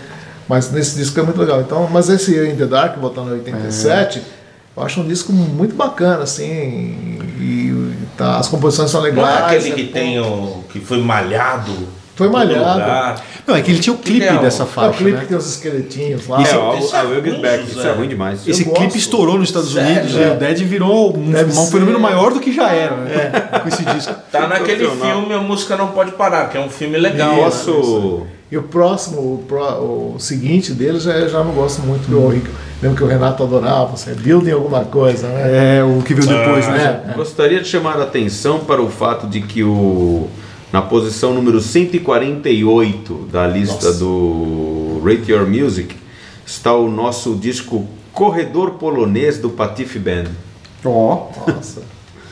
S5: Mas nesse disco é muito legal. Então, mas esse In The Dark, voltando em 87, eu acho um disco muito bacana, assim. E tá, as composições são
S4: Não
S5: legais.
S4: é aquele que
S5: né?
S4: tem o. que foi malhado.
S5: Foi
S4: em todo
S5: malhado.
S4: lugar.
S3: Não, é que ele tinha o
S4: Que
S3: clipe
S4: que é o-
S3: dessa
S5: É, o
S3: faixa,
S5: clipe
S3: né?
S5: que tem os esqueletinhos lá.
S4: Isso
S2: É,
S4: é-
S2: ó,
S4: isso
S2: a
S4: é
S2: Will Get
S4: ruim,
S2: Back, isso
S4: Zé.
S2: é ruim demais.
S3: Esse
S5: gosto.
S3: clipe estourou nos Estados
S4: Sério,
S3: Unidos
S4: é.
S3: e o Dead virou um,
S5: Deve
S3: um
S5: ser.
S3: fenômeno maior do que já era, né? Com esse disco.
S4: Tá naquele
S2: Sensacional.
S4: filme A Música Não Pode Parar, que é um filme legal. né?
S2: Nosso.
S5: E o próximo, o, pró- o seguinte dele, já, eu já não gosto muito. que Eu, lembro que o Renato adorava, assim, building alguma coisa, né?
S3: É, o que veio depois, né?
S5: É.
S2: Gostaria de chamar a atenção para o fato de que o na posição número 148 da lista
S5: Nossa.
S2: do Rate Your Music está o nosso disco Corredor Polonês do Patife Band.
S3: Ó,
S5: Nossa.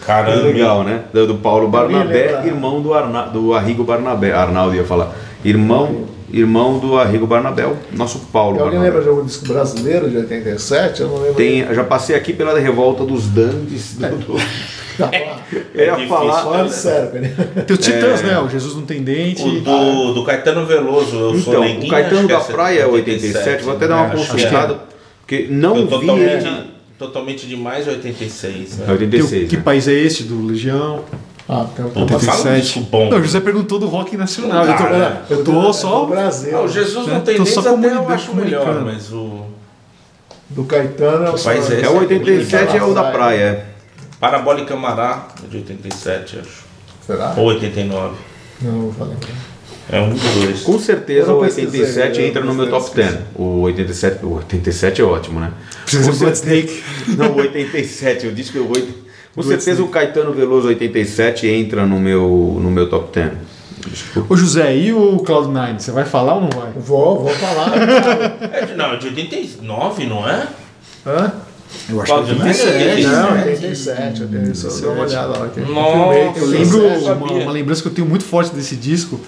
S4: Caramba.
S2: Legal, né? Do, do Paulo Barnabé,
S5: lembrar.
S2: irmão do, Arna, do Arrigo Barnabé. Arnaldo ia falar. Irmão, irmão do Arrigo Barnabé, o nosso Paulo
S5: Alguém
S2: Barnabé.
S5: lembra de algum disco brasileiro de 87? Eu não lembro.
S2: Tem, já passei aqui pela revolta dos Dandes. do- do-
S5: Não, É
S2: eu ia
S4: difícil.
S2: falar.
S5: falando sério, cara.
S3: tem o Titãs, né? O Jesus Não Tem Dente.
S4: O do, do Caetano Veloso, eu sou
S2: ah, Então,
S4: Neguinho,
S2: o Caetano
S4: acho que
S2: da Praia é 87, vou até dar uma
S4: né? Acho que
S2: consultada, porque não
S4: Eu
S2: vi é.
S4: totalmente,
S2: ele.
S4: totalmente demais 86.
S2: É
S4: Né?
S3: Tem o
S2: 86.
S3: Que
S2: né?
S3: país é esse? Do Legião.
S5: Ah, tem um
S4: Puta, fala um disco bom.
S3: Não, o José perguntou do rock nacional.
S4: Não dá,
S3: eu tô, é,
S4: né?
S3: eu tô só.
S5: Do Brasil.
S4: Ah, o Jesus não
S3: Né?
S4: tem
S3: Tô
S4: dentes
S3: só
S4: até eu
S3: comunicando,
S4: acho melhor,
S3: comunicando.
S4: mas o...
S5: Do Caetano é o
S4: país é
S2: É o 87 é o da praia.
S4: Parabólica Mará é de 87, acho.
S5: Será?
S4: Ou 89.
S5: Não, não vou lembrar.
S4: É um dos dois.
S2: Com certeza
S5: Eu
S2: o
S5: não pesquisei,
S2: 87
S5: eu
S2: entra no
S5: não
S2: meu top
S5: pesquisei.
S2: 10. O 87, o 87 é ótimo, né?
S3: Precisa ser Blood Snake.
S2: Não, o 87, eu disse que o 8. Com certeza o Caetano Veloso 87 entra no meu, no meu top 10.
S3: Ô José, e o Cloud9? Você vai falar ou não vai?
S5: Vou, vou falar.
S4: É de, não, é de 89, não é?
S5: Hã?
S3: Eu
S4: Cláudio,
S3: que
S4: né?
S3: é.
S5: Não, 87. 87. Dá uma olhada lá. Eu
S4: Nossa,
S5: filmei,
S3: Eu
S5: tem
S3: lembro
S5: 87.
S3: uma, uma lembrança que eu tenho muito forte desse disco,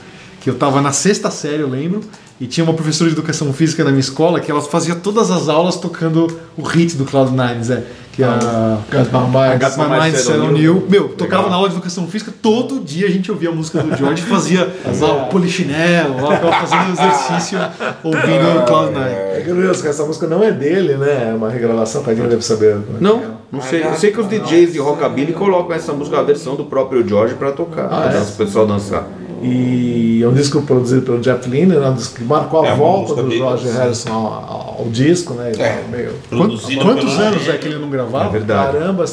S3: que eu tava na sexta série, eu lembro, e tinha uma professora de educação física na minha escola que ela fazia todas as aulas tocando o hit do Cloud Nines, é. Que a.
S4: Ah.
S5: Got My Mind.
S2: Got
S3: My Mind Set on You. Meu, tocava na aula de educação física, todo dia a gente ouvia a música do George, fazia lá o polichinelo, lá tava fazendo um exercício, ouvindo o Cloud Nine.
S5: É curioso que essa música não é dele, né? É uma regravação, Cadinho deve saber. como é que é.
S2: Não, não sei. Eu sei que os DJs de rockabilly colocam essa música, a versão do próprio George, pra tocar,
S5: Ah,
S2: pra
S5: é?
S2: o pessoal dançar.
S5: E é um disco produzido pelo Jeff Lynne, né? um disco que marcou a
S4: É, uma
S5: volta
S4: música
S5: do
S4: bem-
S5: George Harrison ao, ao- ao disco, né? E
S4: É.
S5: tal, meio-
S4: Produzido
S3: quantos
S4: pela-
S3: anos é que ele não
S2: É
S3: gravava?
S2: verdade.
S5: Caramba,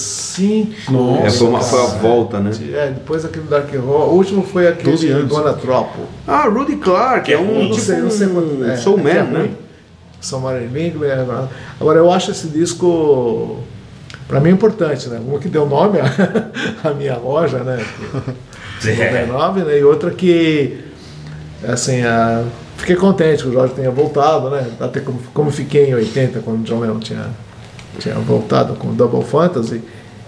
S5: 75.
S3: Nossa,
S2: É, foi, uma, foi a
S5: cara.
S2: volta, né?
S5: É, depois aquele Dark Roll. O último foi
S3: 12
S5: aquele
S3: anos.
S5: Dona Tropo.
S2: Ah, Rudy Clark, é um
S4: Eu não
S2: tipo
S5: sei, eu não sei quanto-
S2: um
S5: é,
S2: soul
S5: é
S2: man,
S5: ruim.
S2: né?
S5: São Marinho é... Agora, eu acho esse disco, pra mim, importante, né? Uma que deu nome à, à minha loja, né?
S4: É.
S5: 99, né? E outra que, assim, a- fiquei contente que o Jorge tenha voltado, né? Até como, como fiquei em 80, quando o John Lennon tinha, tinha voltado com o Double Fantasy.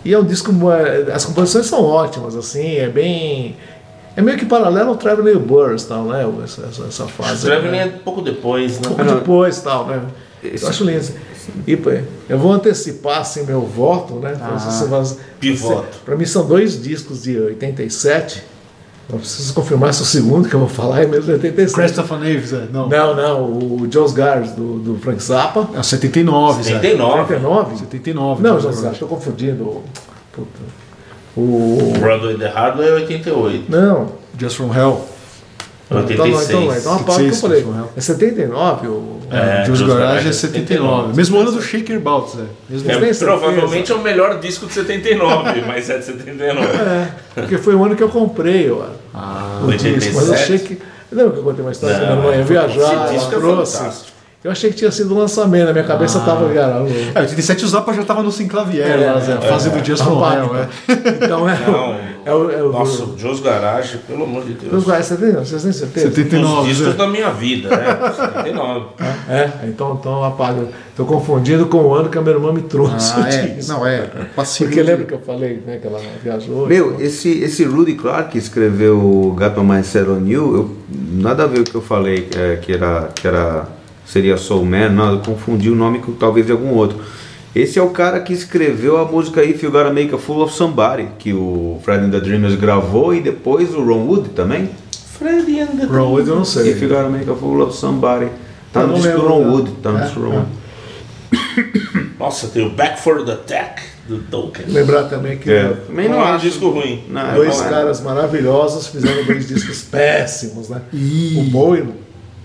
S5: E é um disco, eh, as composições são ótimas, assim, é bem... É meio que paralelo ao Traveling Burrs, tal, né? Essa, essa, essa
S4: O
S5: fase.
S4: Traveling
S5: né?
S4: é pouco depois, né?
S5: Um pouco depois, tal, né? Eu acho lindo. E, pô, eu vou antecipar, assim, meu voto, né?
S4: Ah.
S5: Pra vocês- vocês-
S4: pivoto.
S5: Pra mim são dois discos de 87. Eu preciso confirmar se o segundo que eu vou falar é mesmo de 87.
S3: Christopher Naves, é. Não.
S5: Não, não, o Joe's Guards, do, do Frank Zappa.
S3: É 79, Zé.
S4: 89.
S5: 39?
S3: 79. John's
S5: Não, Joe's Guards,
S3: Guards.
S5: tô confundindo. Puta. O...
S4: Broadway The Hardware é 88.
S5: Não,
S3: Just From Hell.
S5: então não,
S4: 86.
S5: então não, então a parte que eu
S3: 86,
S5: falei.
S3: Joe's Guards.
S5: É 79 o...
S4: É,
S3: É, Joe's
S4: Joe's
S3: Garage
S4: Garage
S3: é
S4: é
S3: 79.
S4: 79.
S3: Mesmo ano do Shaker Balt, Zé. Mesmo
S4: É,
S5: Eu tenho certeza.
S4: provavelmente é o melhor disco de 79, mas é de 79.
S5: É, porque foi o ano que eu comprei, ó.
S3: Ah,
S5: o disco, mas eu
S4: 87.
S5: achei que. Lembra que eu contei uma história da minha
S4: Não,
S5: irmã ia
S4: é-
S5: viajar?
S4: esse disco é
S5: ela trouxe.
S4: fantástico.
S5: Eu achei que tinha sido o lançamento, na minha cabeça tava, um- cara. o-
S3: É, 87 o Zappa já tava no Sinclavier,
S5: É,
S3: lá, Zé,
S5: é,
S3: fazendo
S5: é,
S3: Just
S5: é,
S3: for
S4: Tá
S5: é,
S3: Hire, é.
S5: Então é.
S4: Não,
S5: o- é o. É o
S4: Nossa, o Jos Garage, pelo amor de
S5: Eu,
S4: Deus.
S5: eu, você tem, vocês têm certeza?
S3: 79,
S4: Os
S3: Zé.
S4: discos da minha vida, né? 79.
S5: É, então, então apaga. Tô confundindo com o ano que a minha irmã me trouxe.
S3: Ah, é.
S5: disso.
S3: Não, é. Passivo.
S5: Porque
S3: de-
S5: lembra que eu falei né, que ela viajou?
S2: Meu, esse, esse Rudy Clark que escreveu Gap on My Set on You, eu, nada a ver com o que eu falei é, que era que era seria Soul Man, não, eu confundi o nome com talvez de algum outro. Esse é o cara que escreveu a música If You Gotta Make a Fool of Somebody, que o Fred and the Dreamers gravou e depois o Ron Wood também.
S4: Freddy and the
S5: Ron Wood eu não sei.
S2: If You Gotta Make a Fool of Somebody. Tá
S5: Eu
S2: no
S5: não
S2: disco do
S5: lembro,
S2: Ron
S5: não.
S2: Wood, tá no
S5: É,
S2: disco do Ron
S5: é.
S2: Wood.
S4: Nossa, tem o Back for the Attack do Tolkien.
S5: Lembrar também que
S2: É. Também não
S4: é um
S2: acho.
S4: disco ruim.
S2: Não, é
S5: dois
S2: bom, é.
S5: caras maravilhosos fizeram dois discos péssimos, né?
S3: Ih.
S5: O Bowie,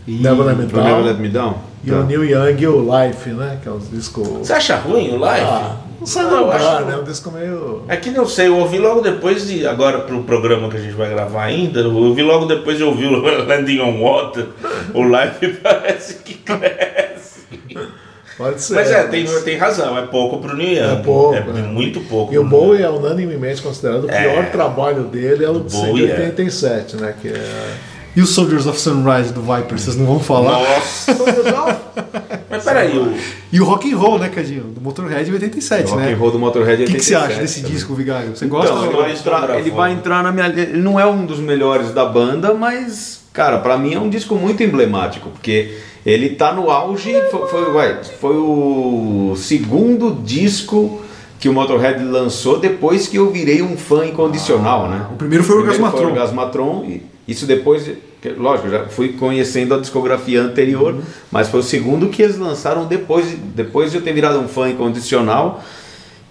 S3: Ih.
S5: Never Let Me
S2: O Never Let
S5: Down,
S2: Me Down?
S5: e o Neil Young e o Life, né? Que é um disco.
S4: Você acha ruim o live?
S5: Ah, não sei
S4: Não, eu
S5: lembrar,
S4: acho-
S5: né? Um disco meio.
S4: É que não sei, eu ouvi logo depois de. Agora pro programa que a gente vai gravar ainda, eu ouvi logo depois de ouvir o Landing on Water, o live parece que cresce.
S5: Pode ser.
S4: Mas é, tem, tem razão, é pouco pro New Young.
S5: É pouco,
S4: É
S5: é.
S4: muito pouco.
S5: E o
S4: pro
S5: Bowie é unanimemente considerado o pior trabalho dele, é o de
S4: Bowie, é.
S5: 187, né? Que é.
S3: E o Soldiers of Sunrise do Viper, vocês não vão
S4: New
S3: falar.
S4: Young. Nossa! Mas peraí, o.
S3: E o Rock and Roll, né, Cadinho? Do Motorhead em 87,
S2: Rock
S3: né?
S2: and Roll do Motorhead
S3: O que que você
S2: 87
S3: acha desse
S2: também.
S3: disco, Vigário? Você
S2: Então,
S3: gosta?
S4: eu
S2: ele,
S4: gosto.
S2: vai entrar, ele vai entrar na minha. Ele não é um dos melhores da banda, mas, cara, pra mim é um disco muito emblemático, porque ele tá no auge. Foi, foi, vai, foi o segundo disco que o Motorhead lançou depois que eu virei um fã incondicional, né?
S3: Ah, o primeiro foi o
S2: Foi o
S3: Orgasmatron.
S2: Orgasmatron, e isso depois. de- que, Lógico, eu já fui conhecendo a discografia anterior,
S3: Uhum.
S2: mas foi o segundo que eles lançaram depois, de- depois de eu ter virado um fã incondicional.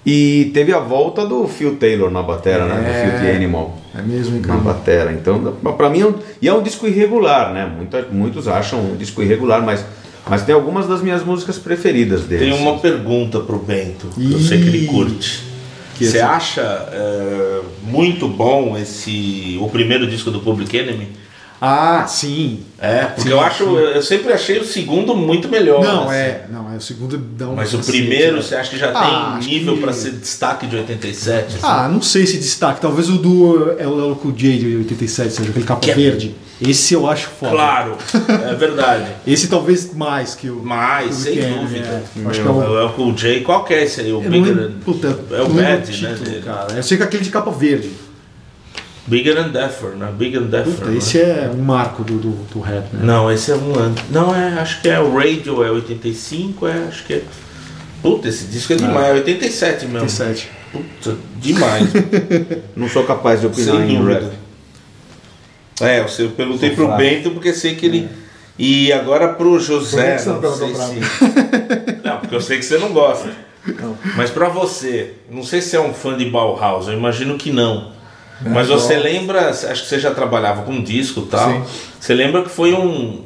S2: E teve a volta do Phil Taylor na batera, né? Do Phil The Animal
S4: Então,
S3: É mesmo,
S2: na
S3: incrível.
S2: batera. Então, para mim, é um, e é um disco irregular, né? Muita, muitos acham um disco irregular, mas, mas tem algumas das minhas músicas preferidas deles.
S4: Tem uma pergunta pro Bento, que eu
S3: Ih.
S4: sei que ele curte.
S3: Que
S4: Você
S3: esse-
S4: acha é, muito bom esse. o primeiro disco do Public Enemy?
S3: Ah, sim.
S4: É, porque
S3: Sim,
S4: eu acho.
S3: sim.
S4: Eu sempre achei o segundo muito melhor.
S3: Não,
S4: assim.
S3: é. Não, é o segundo. dá um
S4: Mas o
S3: cacete,
S4: primeiro,
S3: né?
S4: você acha que já
S3: Ah, acho
S4: tem nível
S3: que-
S4: pra ser destaque de 87? assim?
S3: Ah, não sei se destaque. Talvez o do LL Cool J de 87, seja aquele capa
S4: Que é-
S3: verde. Esse eu acho foda.
S4: claro, é verdade.
S3: Esse talvez mais que o.
S4: Mas,
S3: o
S4: sem
S3: Weekend,
S4: dúvida.
S3: é. Acho que é o.
S4: É o Cool J, qual que é esse aí? O
S3: Eu não
S4: Bigger,
S3: lembro, puta,
S4: é
S3: não
S4: o
S3: lembro
S4: Bad, né,
S3: título,
S4: dele.
S3: cara. Eu sei que é aquele de capa verde.
S4: Bigger and Deafer, né? Bigger and Deafer.
S3: Puta,
S4: né?
S3: esse é um marco do, do, do rap, né?
S4: Não, esse é um ano. Não, é, acho que é o Radio, é 85, é, acho que é. Puta, esse disco
S3: Ah.
S4: é demais, é 87 mesmo.
S3: 87.
S4: Puta, demais,
S2: Não sou capaz de opinar
S4: sem
S2: em rap.
S4: dúvida. É, eu, sei, eu perguntei pro Bento porque sei que ele. E agora pro
S5: É. Por que
S4: José.
S5: que você não
S4: não, sei
S5: perguntou
S4: se- Não, porque eu sei que você não gosta. Mas pra você, não sei se é um fã de Bauhaus, eu imagino que não.
S5: É,
S4: Mas você lembra, acho que você já trabalhava com disco e tal.
S5: Sim.
S4: Você lembra que foi um,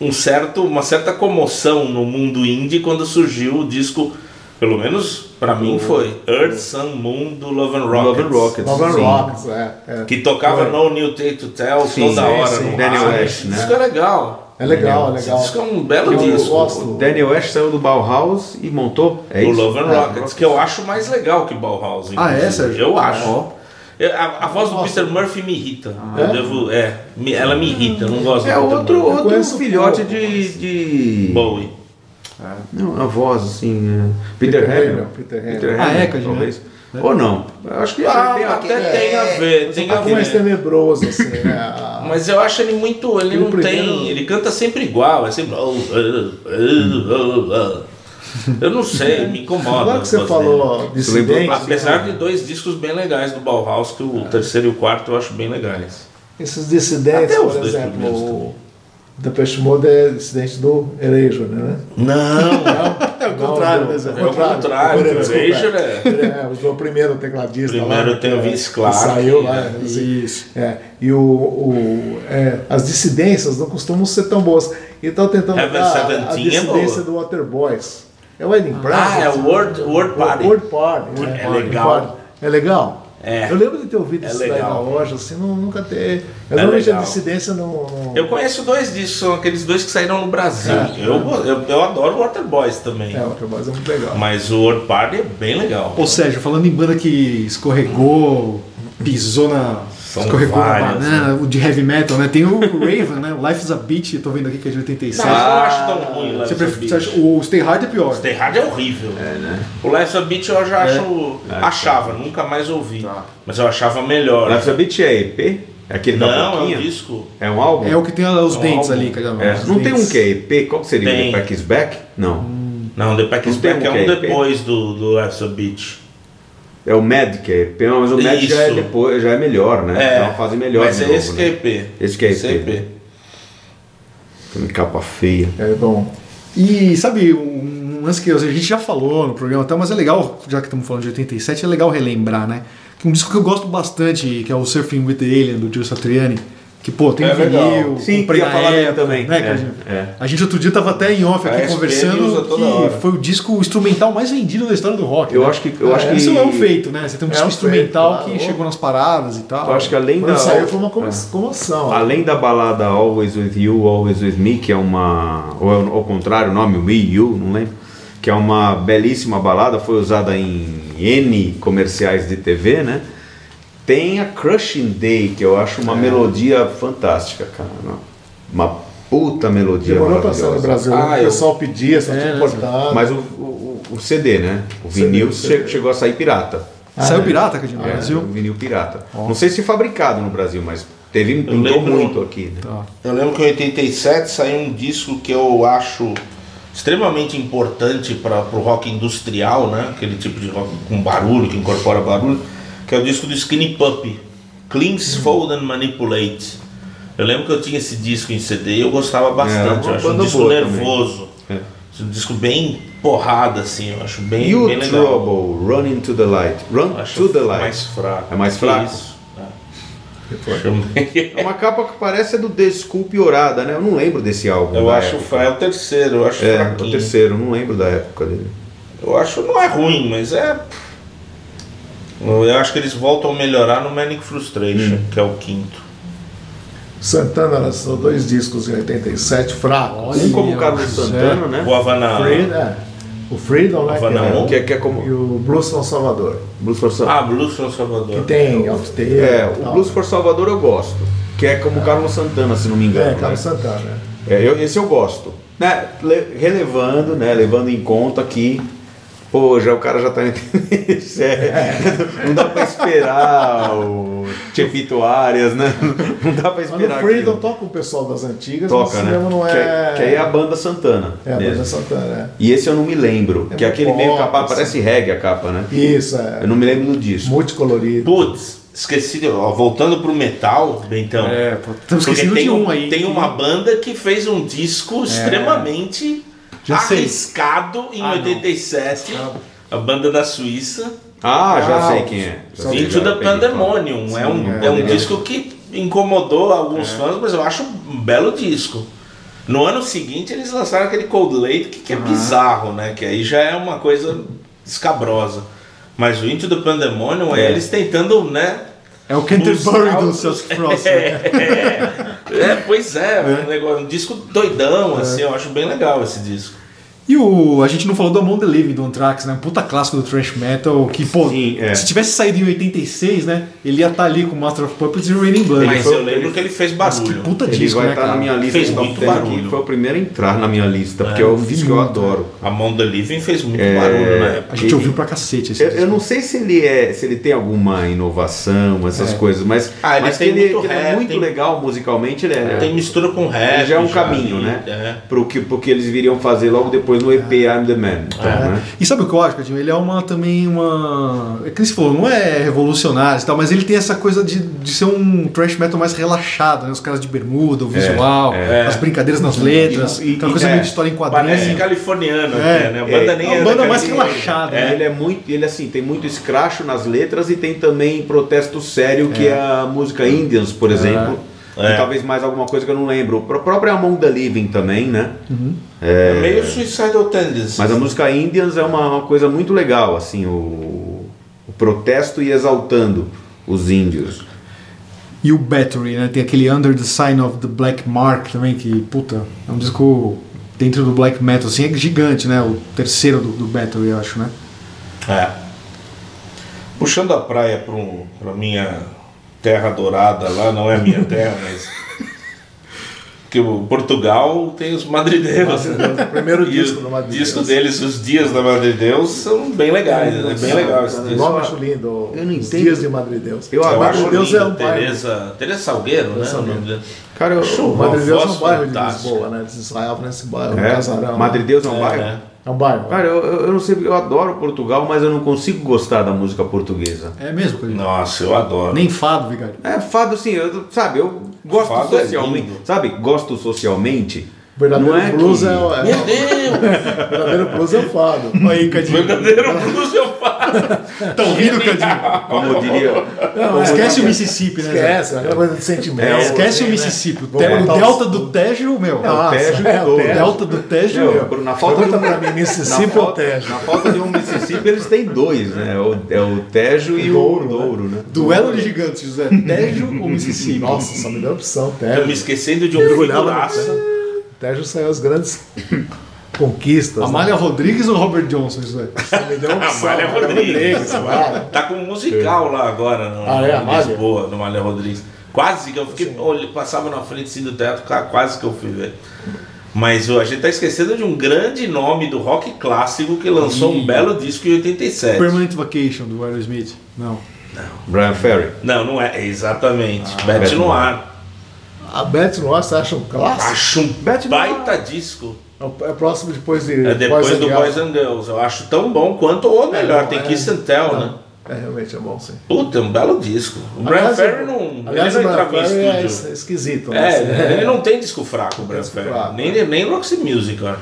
S4: um certo, uma certa comoção no mundo indie quando surgiu o disco, pelo menos pra mim foi Earth, Sun, Moon do Love and Rockets.
S2: Love and Rockets.
S5: Norman
S2: sim.
S5: Rocks, é. é.
S4: Que tocava
S5: Foi.
S4: No New Day to Tell
S2: Sim,
S4: toda
S2: sim,
S4: hora
S2: sim.
S4: no
S2: Daniel
S4: rádio.
S2: Ash, né?
S4: Esse disco é legal.
S5: É legal, é
S4: Esse
S5: legal.
S4: disco é um belo
S5: Eu
S4: disco.
S5: gosto.
S2: Daniel West saiu do Bauhaus e montou. É
S4: o
S2: isso?
S4: Love and Rockets, que eu acho mais legal que Bauhaus.
S3: Ah, é,
S4: inclusive.
S3: Sérgio?
S4: Eu
S3: Ah,
S4: acho. Eu- a, a voz do Mr. Murphy me irrita. eu
S5: é?
S4: devo. É, me- ela me irrita, eu não gosto
S2: É
S4: do Mr.
S2: outro,
S4: Murphy.
S2: outro
S5: conheço
S2: filhote
S5: pouco,
S2: de. de...
S4: Bowie.
S2: Não, a voz, assim. é- Peter,
S5: Peter
S2: Hamill.
S5: Hamill, Peter Hamill.
S3: Ah, é,
S2: Hamill,
S3: Cadinho?
S2: talvez. Ou não. Eu acho que
S4: Ah,
S2: tem
S4: até
S2: aquele-
S4: tem a ver,
S5: Um
S4: tem a
S5: pouco mais
S4: ver.
S5: tenebroso, assim, né? A-
S4: Mas eu acho ele muito. Ele
S5: Aquele
S4: não
S5: primeiro-
S4: tem. Ele canta sempre igual, é sempre. oh, Eu não sei, me incomoda.
S5: Agora
S4: a
S5: que você
S4: voz dele.
S5: falou de
S2: lembrou
S5: Cidente,
S4: Apesar de dois discos bem legais do Bauhaus, que o terceiro e o quarto eu acho bem legais.
S5: Esses dissidentes,
S4: Até os
S5: por
S4: dois
S5: exemplo,
S4: primeiros
S5: o Depeche Mode é dissidente do Erasure, né?
S4: Não,
S5: É o
S3: contrário, né, Zé?
S5: né?
S4: É o contrário, o Erasure
S5: é... o meu primeiro tecladista
S4: Primeiro
S5: lá,
S4: tem o
S5: é,
S4: Vince Clarke,
S5: que Saiu lá,
S4: né?
S5: assim, é, e o, o- é, as dissidências não costumam ser tão boas. E estão tentando
S4: Heaven
S5: dar a, a
S4: 17 é
S5: dissidência
S4: boa.
S5: do Waterboys. É o Edding Brown.
S4: Ah, é o World, World Party.
S5: Word Party.
S4: Word-
S5: né?
S4: é legal.
S5: Party. É legal.
S4: É.
S5: Eu lembro de ter ouvido
S4: É
S5: isso daí na
S4: legal.
S5: loja, assim, não- nunca ter. Eu
S4: É
S5: lembro de
S4: legal.
S5: dissidência no. no-
S4: Eu conheço dois disso, são aqueles dois que saíram no Brasil.
S5: É.
S4: eu, go- eu, eu adoro Waterboys também.
S5: É, o Ultraboys é muito legal.
S4: Mas o World Party é bem legal.
S3: Ou Sérgio, falando em banda que escorregou, pisou na.
S4: São
S3: escorregou
S4: várias,
S3: na banana, o de heavy metal, né? Tem o Raven, né? Life is a Beach, eu tô vendo aqui que é de 87.
S4: Não, eu não acho tão ruim lá.
S3: Você prefere- você acha- o Stay Hard é pior.
S4: Stay Hard é horrível. O Life's a Beat eu já acho. achava, nunca mais ouvi. Mas eu achava melhor.
S2: Life's a Beat é EP? É aquele da
S4: não, é
S2: plaquinha?
S4: um disco.
S2: É um álbum?
S3: É o que tem os
S4: É um
S3: dentes
S4: álbum.
S3: ali, cara.
S2: É.
S3: os
S2: Não tem
S3: dentes.
S2: um que é EP? Qual que seria?
S4: Tem.
S2: The Pack is Back? Não.
S4: Não, The Pack is
S2: Não tem
S4: Back é
S2: um
S4: um
S2: que é EP.
S4: depois do, do Life's a Beat.
S2: É o Mad que é EP, mas o Mad já é,
S4: Isso.
S2: depois, já é melhor, né? É, uma fase melhor.
S4: Mas
S2: de
S4: é
S2: novo,
S4: esse
S2: né?
S4: que é EP.
S2: Esse que é
S4: Esse
S2: EP. Tem Capa feia.
S5: É bom.
S3: E sabe, um lance que a gente já falou no programa até, mas é legal, já que estamos falando de 87, é legal relembrar, né? Que um disco que eu gosto bastante, que é o Surfing with the Alien, do Gil Satriani, que, pô, tem um
S4: É legal.
S3: vinil,
S2: Sim,
S3: comprei
S2: ia
S3: na
S2: falar dele
S3: época,
S2: também,
S3: Né,
S2: é,
S3: cara, gente?
S2: é.
S3: A gente outro dia tava até em off
S4: A
S3: aqui
S4: SPM usa
S3: conversando
S4: toda hora.
S3: que foi o disco instrumental mais vendido da história do rock.
S2: Eu
S3: né?
S2: acho que- eu acho que-
S3: Isso é um feito, né? Você tem um
S5: É
S3: disco
S5: um feito,
S3: instrumental
S5: claro.
S3: que chegou nas paradas e tal.
S2: Eu acho que além
S5: Quando
S2: da.
S5: saiu foi uma como-
S2: É.
S4: Ah.
S5: comoção.
S2: Além da balada Always With You, Always With Me, que é uma. Ou é ao contrário o nome, We You, não lembro. Que é uma belíssima balada, foi usada em N comerciais de TV, né? Tem a Crushing Day, que eu acho
S5: É.
S2: uma melodia fantástica, cara. Uma puta melodia
S5: Demorou pra sair no Brasil.
S2: maravilhosa. Ah,
S5: né?
S4: Ah,
S5: o
S4: eu-
S5: pessoal pedia, só
S3: É,
S5: tinha
S3: né,
S5: importado.
S2: Mas o, o- o CD, né? O vinil
S5: CD.
S2: che- chegou a sair pirata.
S3: Ah, Saiu pirata aqui
S5: Ah,
S3: no
S2: É,
S3: Brasil.
S2: um vinil pirata. Não sei se fabricado no Brasil, mas teve pintou
S4: lembro-
S2: muito aqui. Né?
S4: Eu lembro que em 87 saiu um disco que eu acho extremamente importante para o rock industrial, né? Aquele tipo de rock com barulho, que incorpora barulho, que é o disco do Skinny Puppy, Cleans,
S2: Hum.
S4: Fold and Manipulate. Eu lembro que eu tinha esse disco em CD e eu gostava bastante.
S2: É, uma
S4: eu acho um
S2: banda
S4: disco
S2: boa também.
S4: nervoso.
S2: É.
S4: Um disco bem porrada, assim, eu acho bem,
S2: You
S4: bem legal.
S2: Trouble, Run Into the Light. Run
S4: Eu Acho
S2: to the Light.
S4: mais fraco.
S2: É mais
S4: Que
S2: fraco?
S4: Isso. É. Acho bem-
S2: É uma capa que parece a do The Skull piorada, né? Eu não lembro desse álbum.
S4: Eu
S2: da
S4: acho
S2: época.
S4: fraco. É o terceiro, eu acho
S2: É,
S4: fraquinho.
S2: o terceiro, não lembro da época dele.
S4: Eu acho não é ruim, mas é. Eu acho que eles voltam a melhorar no Manic Frustration,
S3: Hum.
S4: que é o quinto.
S5: Santana lançou dois discos em 87, fracos.
S3: Olha.
S2: Um como
S3: ó,
S2: Carlos Santana, né?
S4: O Havana.
S5: Freed, é. O Freedom, né?
S4: Havana
S5: que é-
S4: Moon,
S2: Que é, que é como.
S5: E o Blues Tá. from Salvador.
S2: Blues for Salvador.
S4: Ah, Blues from
S5: Que
S4: Salvador.
S5: tem Alfteia.
S2: é, o Blues for Salvador eu gosto. Que é como Carlos Santana, se não me engano.
S5: É, Carlos
S2: né?
S5: Santana.
S2: É, eu- esse eu gosto. Né? le- relevando, né? Levando em conta que. Pô, já, o cara já tá. em- é, não dá pra esperar o Chepito Arias, né? Não dá pra
S5: Mas no
S2: esperar.
S5: Freedom
S2: aquilo.
S5: toca o pessoal das antigas,
S2: Toca,
S5: mas o
S2: né?
S5: cinema não
S2: que,
S5: é.
S2: que aí é a banda Santana.
S5: É, a
S2: mesmo.
S5: banda Santana.
S2: E esse eu não me lembro.
S5: É
S2: que é aquele
S5: pop,
S2: meio capa,
S5: assim.
S2: parece reggae a capa, né?
S5: é. Isso, é.
S2: Eu não me lembro do disco.
S5: Multicolorido.
S4: Putz, esqueci. de- ó, voltando pro metal, Bentão.
S3: É, pô, estamos
S4: Porque
S3: esquecendo
S4: tem,
S3: de um
S4: um-
S3: aí. É.
S4: tem uma banda que fez um disco extremamente
S3: Já sei.
S4: arriscado em
S3: Ah, não.
S4: 87. A banda da Suíça.
S2: Ah, já
S5: Ah,
S2: sei quem é. Já sei,
S4: Into
S2: já
S4: the
S2: peguei pra-
S4: Pandemonium. é um, é,
S2: é
S4: um
S2: legal.
S4: disco que incomodou alguns fãs, mas eu acho um belo disco. No ano seguinte eles lançaram aquele Cold Lake, que, que é bizarro, né? Que aí já é uma coisa escabrosa. Mas o Into the Pandemonium é,
S2: É.
S4: eles tentando, né?
S3: É o Canterbury
S4: Os-
S3: do Celtic Frost.
S4: É,
S3: né?
S4: é, pois é, Um, negócio, um disco doidão, assim, eu acho bem legal esse disco.
S3: E o, a gente não falou do Among the Living do Anthrax, né? Um puta clássico do thrash metal que, pô,
S2: Sim, é.
S3: se tivesse saído em 86, né? Ele ia estar ali com Master of Puppets e Raining Blood.
S4: Mas
S2: foi-
S4: eu lembro
S2: ele-
S4: que ele fez
S3: Mas que
S4: barulho.
S3: puta
S2: Ele
S3: disco,
S2: vai
S3: né,
S2: estar
S3: cara?
S2: na minha lista.
S4: Fez
S2: do top
S4: muito
S2: 10
S4: barulho.
S2: aqui, Foi o primeiro a entrar na minha lista, porque
S3: É,
S2: é
S3: eu
S2: um
S3: vi
S2: disco que eu
S3: muito,
S2: adoro.
S4: A Mão da Living fez muito barulho né? na época.
S3: A gente
S2: Ele-
S3: ouviu pra cacete esse
S2: Eu,
S3: disco.
S2: eu não sei se ele é, se ele tem alguma inovação, essas
S3: É.
S2: coisas, mas,
S4: Ah, ele
S2: mas
S4: tem
S2: que ele,
S4: muito
S2: que ele é
S4: rap,
S2: muito
S4: tem-
S2: legal musicalmente, ele é,
S4: Tem mistura com rap.
S2: ele já é um caminho,
S4: e-
S2: né?
S4: é.
S2: Pro que, pro que eles viriam fazer logo depois no EP I'm the Man. Então,
S4: É.
S2: né?
S3: E sabe o que eu acho, Cadinho? Ele é uma também uma. É que você falou, não é revolucionário e tal, mas ele tem essa coisa de, de ser um thrash metal mais relaxado, né? Os caras de bermuda, o visual, as brincadeiras nas letras,
S2: É, E- e-
S3: aquela coisa
S2: é.
S3: meio de história em quadrinhos.
S4: Parece californiano
S3: É.
S4: até, né? A banda
S2: É,
S4: nem
S3: é uma
S4: era
S3: banda mais
S4: californiana.
S3: relaxada,
S4: É.
S3: né?
S2: Ele é muito, ele assim, tem muito escracho nas letras e tem também protesto sério que é a música Indians, por exemplo.
S4: É.
S2: E talvez mais alguma coisa que eu não lembro. O pró- próprio Among the Living também, né?
S4: É meio Suicidal Tendencies.
S2: Mas a música Indians é uma, uma coisa muito legal, assim, o, o Protesto e exaltando os índios.
S3: E o Battery, né? Tem aquele Under the Sign of the Black Mark também, que, puta, é um disco dentro do black metal, assim, é gigante, né? O terceiro do, do Battery, eu acho, né?
S4: É. Puxando a praia para pra minha terra dourada lá, não é minha terra, mas. Que o Portugal tem os madrideus. né?
S5: primeiro
S4: E
S5: disco
S4: o
S5: do Madrideus.
S4: disco deles, os dias da Madrideus, são bem legais. É bem legal esse
S5: Eu
S4: disco.
S5: acho lindo.
S2: Eu não
S5: Os
S2: entendo.
S5: Dias de Madrideus.
S2: Eu
S4: Eu
S2: Madre
S4: acho
S5: Madrideus
S4: lindo,
S5: é um bairro.
S4: Teresa, Teresa Salgueiro, né? O nome dela.
S2: Cara, eu,
S4: Show.
S5: O Madrideus é um
S4: Voz
S5: bairro de
S4: fantástica.
S5: Lisboa, né? De Israel, nesse bairro, um
S2: é,
S5: casarão.
S2: Madre Deus é um bairro?
S4: é.
S5: É um bairro.
S2: Cara, eu, eu eu não sei porque eu adoro Portugal, mas eu não consigo gostar da música portuguesa.
S3: É mesmo, coisa.
S4: Nossa, eu adoro.
S5: um
S3: Nem fado, vigário.
S2: É fado assim, eu, sabe, eu gosto
S4: Fado é
S2: socialmente.
S4: lindo.
S2: sabe, gosto socialmente.
S5: O verdadeiro
S2: não é
S5: blues
S2: que-
S5: é, o- é-
S4: Meu Deus!
S5: O verdadeiro blues é o fado.
S4: Verdadeiro blues eu faço.
S3: Tá ouvindo, Cadinho?
S2: Como diria.
S5: Não,
S3: Esquece
S5: é-
S3: o Mississippi, né? Zé?
S5: Esquece, aquela coisa de sentimento.
S2: É,
S3: Esquece o
S4: né?
S3: Mississippi. O, te-
S5: né? Vou
S3: o
S5: botar
S3: delta do Tejo, meu.
S5: Nossa,
S2: Tejo
S5: é,
S2: todo.
S3: o delta do Tejo,
S2: Não,
S3: meu.
S2: por- na falta de
S5: Pergunta
S2: um,
S5: pra mim, Mississippi
S2: na
S5: ou
S2: falta-
S5: Tejo?
S2: Na falta de um Mississippi, eles têm dois, né? O- é o Tejo e o
S5: Douro,
S2: Douro,
S5: né?
S2: né?
S3: Duelo de gigantes, José. Tejo ou Mississippi?
S5: Nossa, só me deu opção,
S4: Tô me
S5: Tejo.
S4: esquecendo de um figuraça.
S5: Tejo saiu as grandes conquistas. né?
S3: Amália Rodrigues ou Robert Johnson, José?
S5: Só me deu opção.
S4: Amália Ah, Rodrigues.
S5: claro.
S4: Tá com um musical lá agora no,
S5: Ah, é?
S4: em
S5: Amália?
S4: Lisboa, no Malha Rodrigues. Quase que eu fiquei. olha, passava na frente assim, do teatro, ca- quase que eu fui ver. Mas ó, a gente tá esquecendo de um grande nome do rock clássico que lançou um belo disco em 87.
S3: Permanent Vacation, do Aerosmith. Não.
S2: Brian Ferry.
S4: Não, não é. é Exatamente.
S5: Ah,
S4: Bete no ar.
S5: A Beth Noir, você acha um clássico?
S4: Acho um
S2: Bete no Ar.
S4: baita disco.
S5: É o- É próximo depois de.
S4: É depois
S5: Boys and
S4: do
S5: Girls.
S4: Boys and Girls. Eu acho tão bom quanto, ou melhor,
S5: bom,
S4: tem
S5: é.
S4: Kiss and Tell, né?
S5: É, realmente é bom, sim.
S4: Puta, é um belo disco. O Brian
S5: Aliás,
S4: Ferry
S5: o-
S4: não,
S5: Aliás,
S4: ele
S5: o
S4: não
S5: Brian
S4: entrava em
S5: Ferry é
S4: estúdio.
S5: es- esquisito, né?
S4: É,
S5: Assim,
S4: ele não tem disco fraco, o Brian
S5: Disco
S4: Ferry.
S5: fraco,
S4: Nem, nem Roxy Music, ó.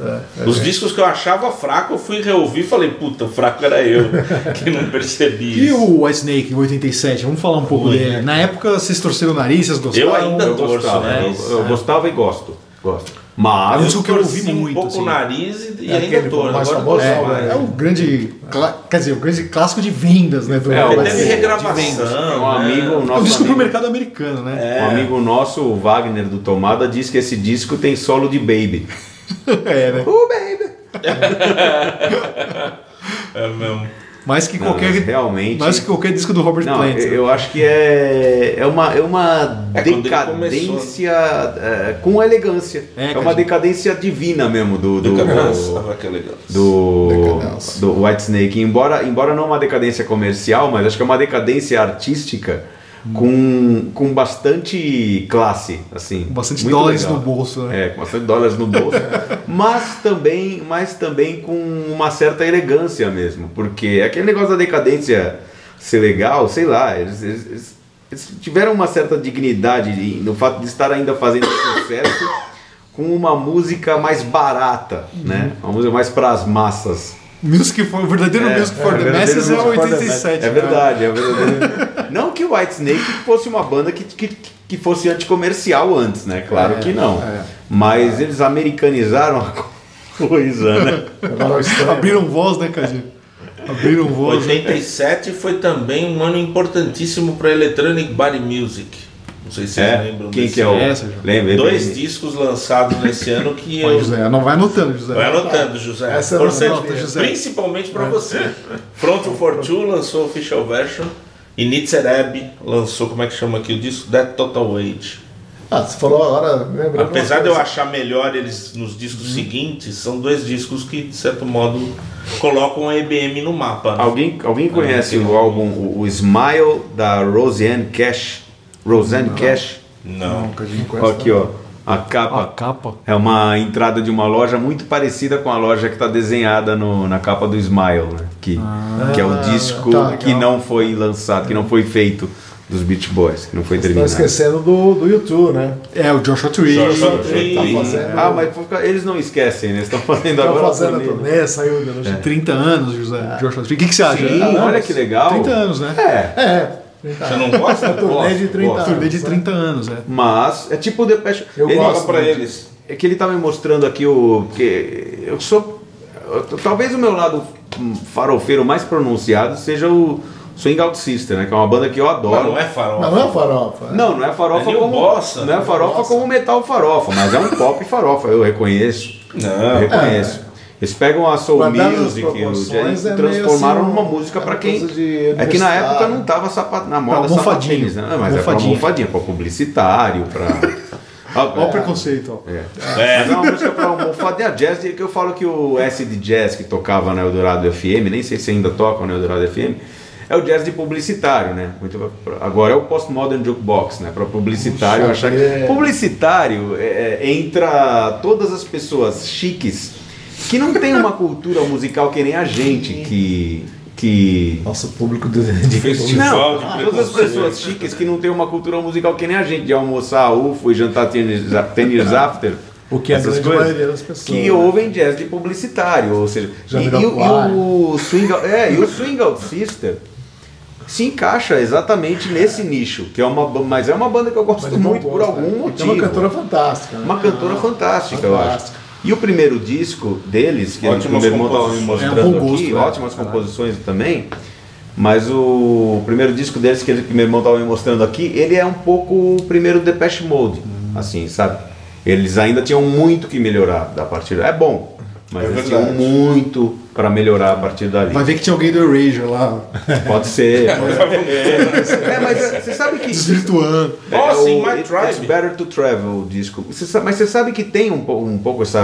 S5: é, é.
S4: Os discos que eu achava fraco, eu fui reouvir e falei, puta, fraco era eu, que não percebi
S3: E
S4: isso.
S3: o White Snake, em 87? Vamos falar um pouco
S4: Ui.
S3: dele. Na época, vocês torceram o nariz, vocês gostaram?
S4: Eu ainda
S2: Eu
S4: Torço,
S2: gostava.
S4: né?
S2: Eu, eu gostava e gosto. Gosto. Mas.
S3: É um disco que eu
S4: Torci
S3: ouvi muito,
S4: um pouco
S3: assim.
S4: o nariz e, e
S5: É
S4: ainda
S5: aquele
S4: tô.
S5: mais
S4: Agora
S5: famoso,
S4: eu tô
S5: né?
S4: mais.
S3: É o grande, cla- quer dizer, o grande clássico de vendas, né? Do
S2: É,
S4: Ele
S2: o-
S3: White
S4: teve
S2: de
S3: Snake.
S4: regravação.
S2: Um
S4: né?
S2: amigo, um
S3: É um
S2: nosso
S3: disco pro
S2: amigo,
S3: mercado americano, né?
S2: um amigo nosso, o Wagner do Tomada, diz que esse disco tem solo de baby.
S3: É, né?
S2: Uh.
S4: É
S5: um-
S4: mesmo.
S3: Mais que
S2: Não,
S3: qualquer.
S2: mas realmente-
S3: Mais que qualquer disco do Robert
S2: Não,
S3: Plant. né?
S2: eu, eu acho que é, é uma, é uma
S4: É, quando ele
S2: decadência é, com elegância.
S3: É,
S2: É,
S3: cara.
S2: uma decadência divina mesmo do. do, do
S4: Nossa, que legal.
S2: do,
S5: Decadência.
S2: do White Snake, embora, embora não uma decadência comercial, mas acho que é uma decadência artística com, com bastante classe, assim.
S3: Com bastante
S2: Muito
S3: dólares
S2: legal.
S3: no bolso, né?
S2: É, com bastante dólares no bolso, mas também, mas também com uma certa elegância mesmo, porque aquele negócio da decadência ser legal, sei lá, eles, eles- eles- eles tiveram uma certa dignidade de- no fato de estar ainda fazendo um sucesso com uma música mais barata, né? Uma música mais para as massas.
S3: Music for, o verdadeiro
S2: É,
S3: Music for
S2: é,
S3: the
S2: verdadeiro
S3: Masses é
S2: Music for the
S3: 87.
S2: É
S3: né?
S2: verdade, é verdade. não que o White Snake fosse uma banda que, que, que fosse anticomercial antes, né? Claro
S3: É,
S2: que não.
S3: é.
S2: Mas eles americanizaram a coisa, né?
S5: Agora o estranho.
S3: Abriram voz, né, Cadinho? Abriram voz. né?
S4: 87 foi também um ano importantíssimo para Electronic Body Music. Não sei se vocês lembram
S2: Quem
S4: desse
S2: que é o.
S3: É, Sérgio.
S2: Lembra?
S4: Dois
S2: Ele-
S4: discos lançados nesse ano que
S3: Vai,
S4: eu.
S3: José, não vai anotando, José.
S4: Vai anotando, José.
S5: Essa eu não
S4: Importante,
S3: anoto, José.
S4: Principalmente para você. Front for Two lançou Official Version e Nitzereb lançou, como é que chama aqui o disco? Dead Total Age.
S5: Ah, você falou agora. lembrei
S4: Apesar
S5: uma
S4: de eu
S5: coisa.
S4: achar melhor eles nos discos seguintes, são dois discos que, de certo modo, colocam a EBM no mapa. né?
S2: Alguém, alguém conhece
S4: um-
S2: o álbum o, o Smile da Roseanne Cash? Roseanne Cash?
S4: Não.
S3: Cadinho.
S2: Ó, Aqui, ó. A capa.
S3: A capa.
S2: É uma entrada de uma loja muito parecida com a loja que está desenhada no- na capa do Smile, né? que, que é o disco
S5: tá,
S2: que
S5: legal.
S2: não foi lançado, que não foi feito dos Beach Boys, que não foi
S4: né?
S5: Você tá
S2: terminado.
S5: esquecendo do, do YouTube, né?
S3: É, o Joshua Tree.
S4: Joshua
S5: Tá fazendo.
S2: Ah, mas por causa- eles não esquecem, né? Eles estão fazendo
S5: Tá É.
S2: agora. a
S5: fazendo a
S2: turnê, né?
S5: turnê, saiu do.
S3: 30 anos, José. Joshua Tree. O que, que você acha?
S2: Sim, olha que legal.
S3: 30 anos, né?
S2: É,
S5: É,
S4: Você não gosta?
S5: turnê É de
S2: gosto,
S5: 30
S2: gosto.
S5: anos.
S3: Turnê de
S5: né?
S3: 30 anos, é.
S2: mas é tipo o Depeche.
S5: Eu
S2: ele-
S5: gosto
S4: pra
S5: muito.
S4: eles.
S2: É que ele tá me mostrando aqui o. Que eu sou. eu- talvez o meu lado hum, farofeiro mais pronunciado seja o Swing Out Sister, né? Que é uma banda que eu
S4: Mas
S2: adoro.
S4: não é farofa.
S5: Não, não é farofa.
S2: Não, não é farofa
S4: É new
S2: como
S4: bossa.
S2: não é farofa
S5: Bossa.
S2: como metal farofa, mas é um pop farofa, eu reconheço.
S4: Não.
S2: eu reconheço. Eles pegam a soul
S5: Guardadas Ah. as
S2: music e o
S5: proporções,
S2: jazz e
S5: é
S2: transformaram
S5: meio assim,
S2: numa música
S5: é
S2: pra
S5: uma
S2: quem
S5: coisa de
S2: é que na
S5: universitário.
S2: época não tava sapat... na moda
S3: almofadinho.
S2: sapatênis, né? Não, Mas é pra
S3: Almofadinho.
S2: almofadinha, pra publicitário, pra
S3: Olha o
S2: É.
S3: preconceito, ó.
S2: É.
S4: É.
S2: Mas é uma música pra almofada. E a jazz, que eu falo que o S de jazz que tocava na Eldorado FM, nem sei se ainda toca na Eldorado FM, é o jazz de publicitário, né? Muito pra- agora é o postmodern jukebox, né? Para publicitário
S5: Puxa
S2: achar
S5: vida.
S2: que. Publicitário é, é, entra todas as pessoas chiques que não tem uma cultura musical que nem a gente, que. que
S5: Nosso público do, de
S4: Festival
S2: não,
S4: de
S2: todas as
S4: preconceito.
S2: pessoas chiques que não tem uma cultura musical que nem a gente, de almoçar UFO e jantar tênis tênis after.
S5: O que é a
S2: essas
S5: grande
S2: coisas,
S5: maioria das pessoas.
S2: Que ouvem jazz de publicitário, ou seja, e,
S5: né? Já
S2: e,
S5: virou
S2: o-
S5: choir.
S2: e o swing, Out- é, e o swing out sister se encaixa exatamente nesse nicho, que é uma, ba- mas é uma banda que eu gosto
S5: Mas de bom
S2: muito por
S5: gosto,
S2: algum
S5: né?
S2: motivo.
S5: É uma cantora fantástica. né?
S2: Uma cantora fantástica, eu acho.
S5: Fantástica.
S2: E o primeiro disco deles, que
S4: Ótimas
S2: o meu irmão estava me
S4: composições.
S2: mostrando
S3: É um bom
S2: aqui,
S3: gosto, né?
S2: ótimas composições também, mas o primeiro disco deles que, ele, que meu irmão estava me mostrando aqui, ele é um pouco o primeiro Depeche Mode, assim, sabe? Eles ainda tinham muito que melhorar da partir É bom, mas
S4: É
S2: eles
S4: verdade.
S2: tinham muito para melhorar a partir dali.
S3: Vai ver que tinha alguém do Erasure lá,
S2: Pode ser. pode ser. é, mas é, você sabe que
S3: desvirtuando.
S2: é
S4: Nossa,
S2: o
S4: em Oh, My
S2: It- It's
S4: Tribe.
S2: Better to Travel, o disco. Você sa- mas você sabe que tem um, po- um pouco essa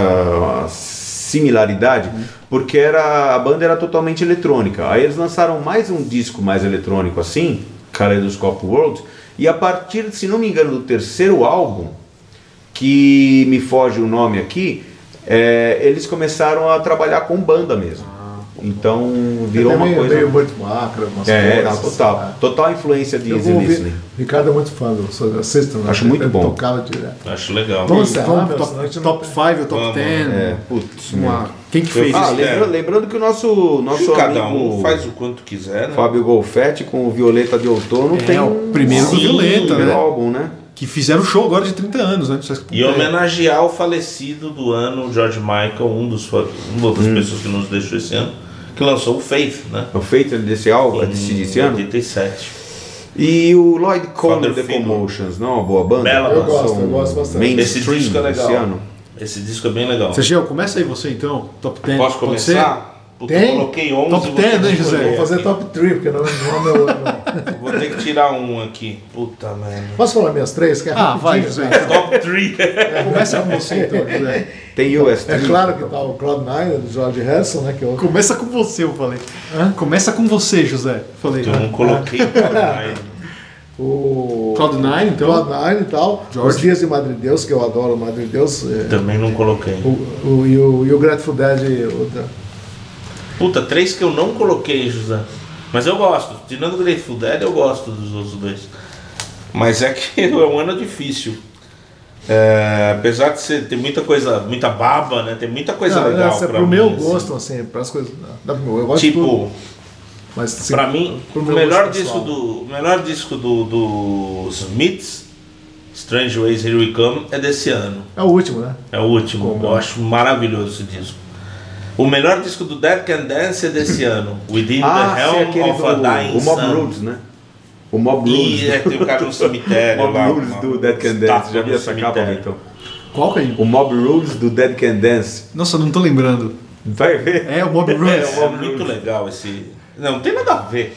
S4: Uhum.
S2: similaridade, porque era, a banda era totalmente eletrônica. Aí eles lançaram mais um disco mais eletrônico assim, Kaleidoscope World, e a partir, se não me engano, do terceiro álbum, que me foge o nome aqui, é, eles começaram a trabalhar com banda mesmo.
S4: Ah,
S2: Então virou
S5: Até
S2: uma
S5: É meio,
S2: coisa.
S5: Meio Burt Bacharach, umas
S2: É,
S5: coisas, assim,
S2: não, total.
S5: sabe?
S2: Total influência de
S5: Eu
S2: Easy
S5: vou ouvir.
S2: Listening.
S5: Ricardo é muito fã do Soda System. né?
S2: Acho muito
S5: Ele
S2: bom.
S5: Tocava direto.
S4: Acho legal.
S3: Vamos,
S5: Vamos encerrar, meu, senão a gente
S3: top-
S5: não
S3: top 5 ou top
S4: Vamos,
S3: 10.
S2: É, putz, mano.
S3: Uma... Quem que
S4: Eu
S3: fez?
S4: fiz-
S2: Ah,
S4: Vocês
S2: lembra-
S4: deram.
S2: lembrando que o nosso, nosso
S4: Acho que cada
S2: amigo
S4: um faz o quanto quiser, né?
S2: Fábio Golfetti com o Violeta de Outono
S3: É,
S2: tem
S3: o
S2: um
S3: primeiro do
S4: Sim,
S3: Violeta,
S2: primeiro
S3: né?
S2: álbum, né?
S3: Que fizeram show agora de 30 anos, né? Não sei se-
S4: E homenagear o falecido do ano, George Michael, um dos, fa- uma das pessoas que nos deixou esse ano, que lançou o Faith, né?
S2: O feito desse álbum, é desse, desse
S4: Em
S2: ano.
S4: 87.
S2: E o Lloyd Cole
S4: Father
S2: The
S4: Fiddle.
S2: Commotions, não é uma boa banda? um
S4: Bela
S5: Eu
S4: banda.
S5: gosto, eu gosto bastante.
S4: Esse
S2: Mainstream
S4: disco é legal.
S2: esse ano.
S4: Esse disco é bem legal.
S3: Sergio, começa aí você então. Top 10.
S4: Posso
S3: Pode ser?
S4: começar? Puta, eu
S5: Tem?
S4: coloquei 11.
S3: Top
S4: vou ter
S3: 10,
S4: que
S3: né, José?
S4: escolher
S5: Vou fazer
S4: aqui.
S5: top 3, porque não não é meu ano.
S4: Vou ter que tirar um aqui. Puta merda.
S5: Posso falar minhas três? Que é
S3: Ah,
S5: rapidinho,
S3: vai, José.
S5: né?
S4: Top 3.
S3: É, Começa com você então, José.
S2: Tem US
S5: É claro que tá o Cloud Nine, do George Harrison, né? Que eu...
S3: Começa com você, eu falei. Começa com você, José. Eu Falei.
S4: Eu não coloquei. caralho.
S5: O
S3: Cloud9, então.
S5: Cloud Nine e tal.
S3: George.
S5: Os Dias de Madre Deus, que eu adoro Madre Deus. é,
S4: Também não coloquei.
S5: o, o, e, o, e o Grateful Dead. outra.
S4: Puta, três que eu não coloquei, José. Mas eu gosto. Tirando o Grateful Dead, eu gosto dos outros dois. Mas é que é um ano difícil. É, apesar de ser, ter muita coisa, muita baba, né? Tem muita coisa
S5: Não,
S4: legal
S5: essa é
S4: pra
S5: pro
S4: mim,
S5: meu
S4: assim.
S5: gosto, assim, para as coisas. dá pra- Eu gosto de tudo,
S4: Tipo,
S5: mas, assim,
S4: pra mim,
S5: pro
S4: o
S5: meu
S4: melhor
S5: gosto
S4: disco,
S5: pessoal.
S4: do, o melhor disco do, do Smiths, Strange Ways Here We Come, é desse ano.
S5: É o último, né?
S4: É o último.
S5: Como?
S4: Eu acho maravilhoso esse disco. O melhor disco do Dead Can Dance é desse ano. Within the
S2: Ah, sim,
S4: Helm
S2: aquele
S4: of a Dying
S2: do o Mob
S4: Sun.
S2: Rules, né? O Mob Rules.
S4: E é, tem o cara no cemitério.
S2: Mob
S4: lá,
S2: Rules
S4: uma
S2: do Dead Can
S4: estátua
S2: Dance. Já vi
S4: no
S2: essa capa,
S4: cemitério.
S2: então.
S3: Qual que é?
S2: O Mob Rules do Dead Can Dance.
S3: Nossa, não tô lembrando.
S2: Vai ver.
S3: É o Bob
S4: É,
S3: Rules.
S4: é muito legal esse. Não, não tem nada a ver.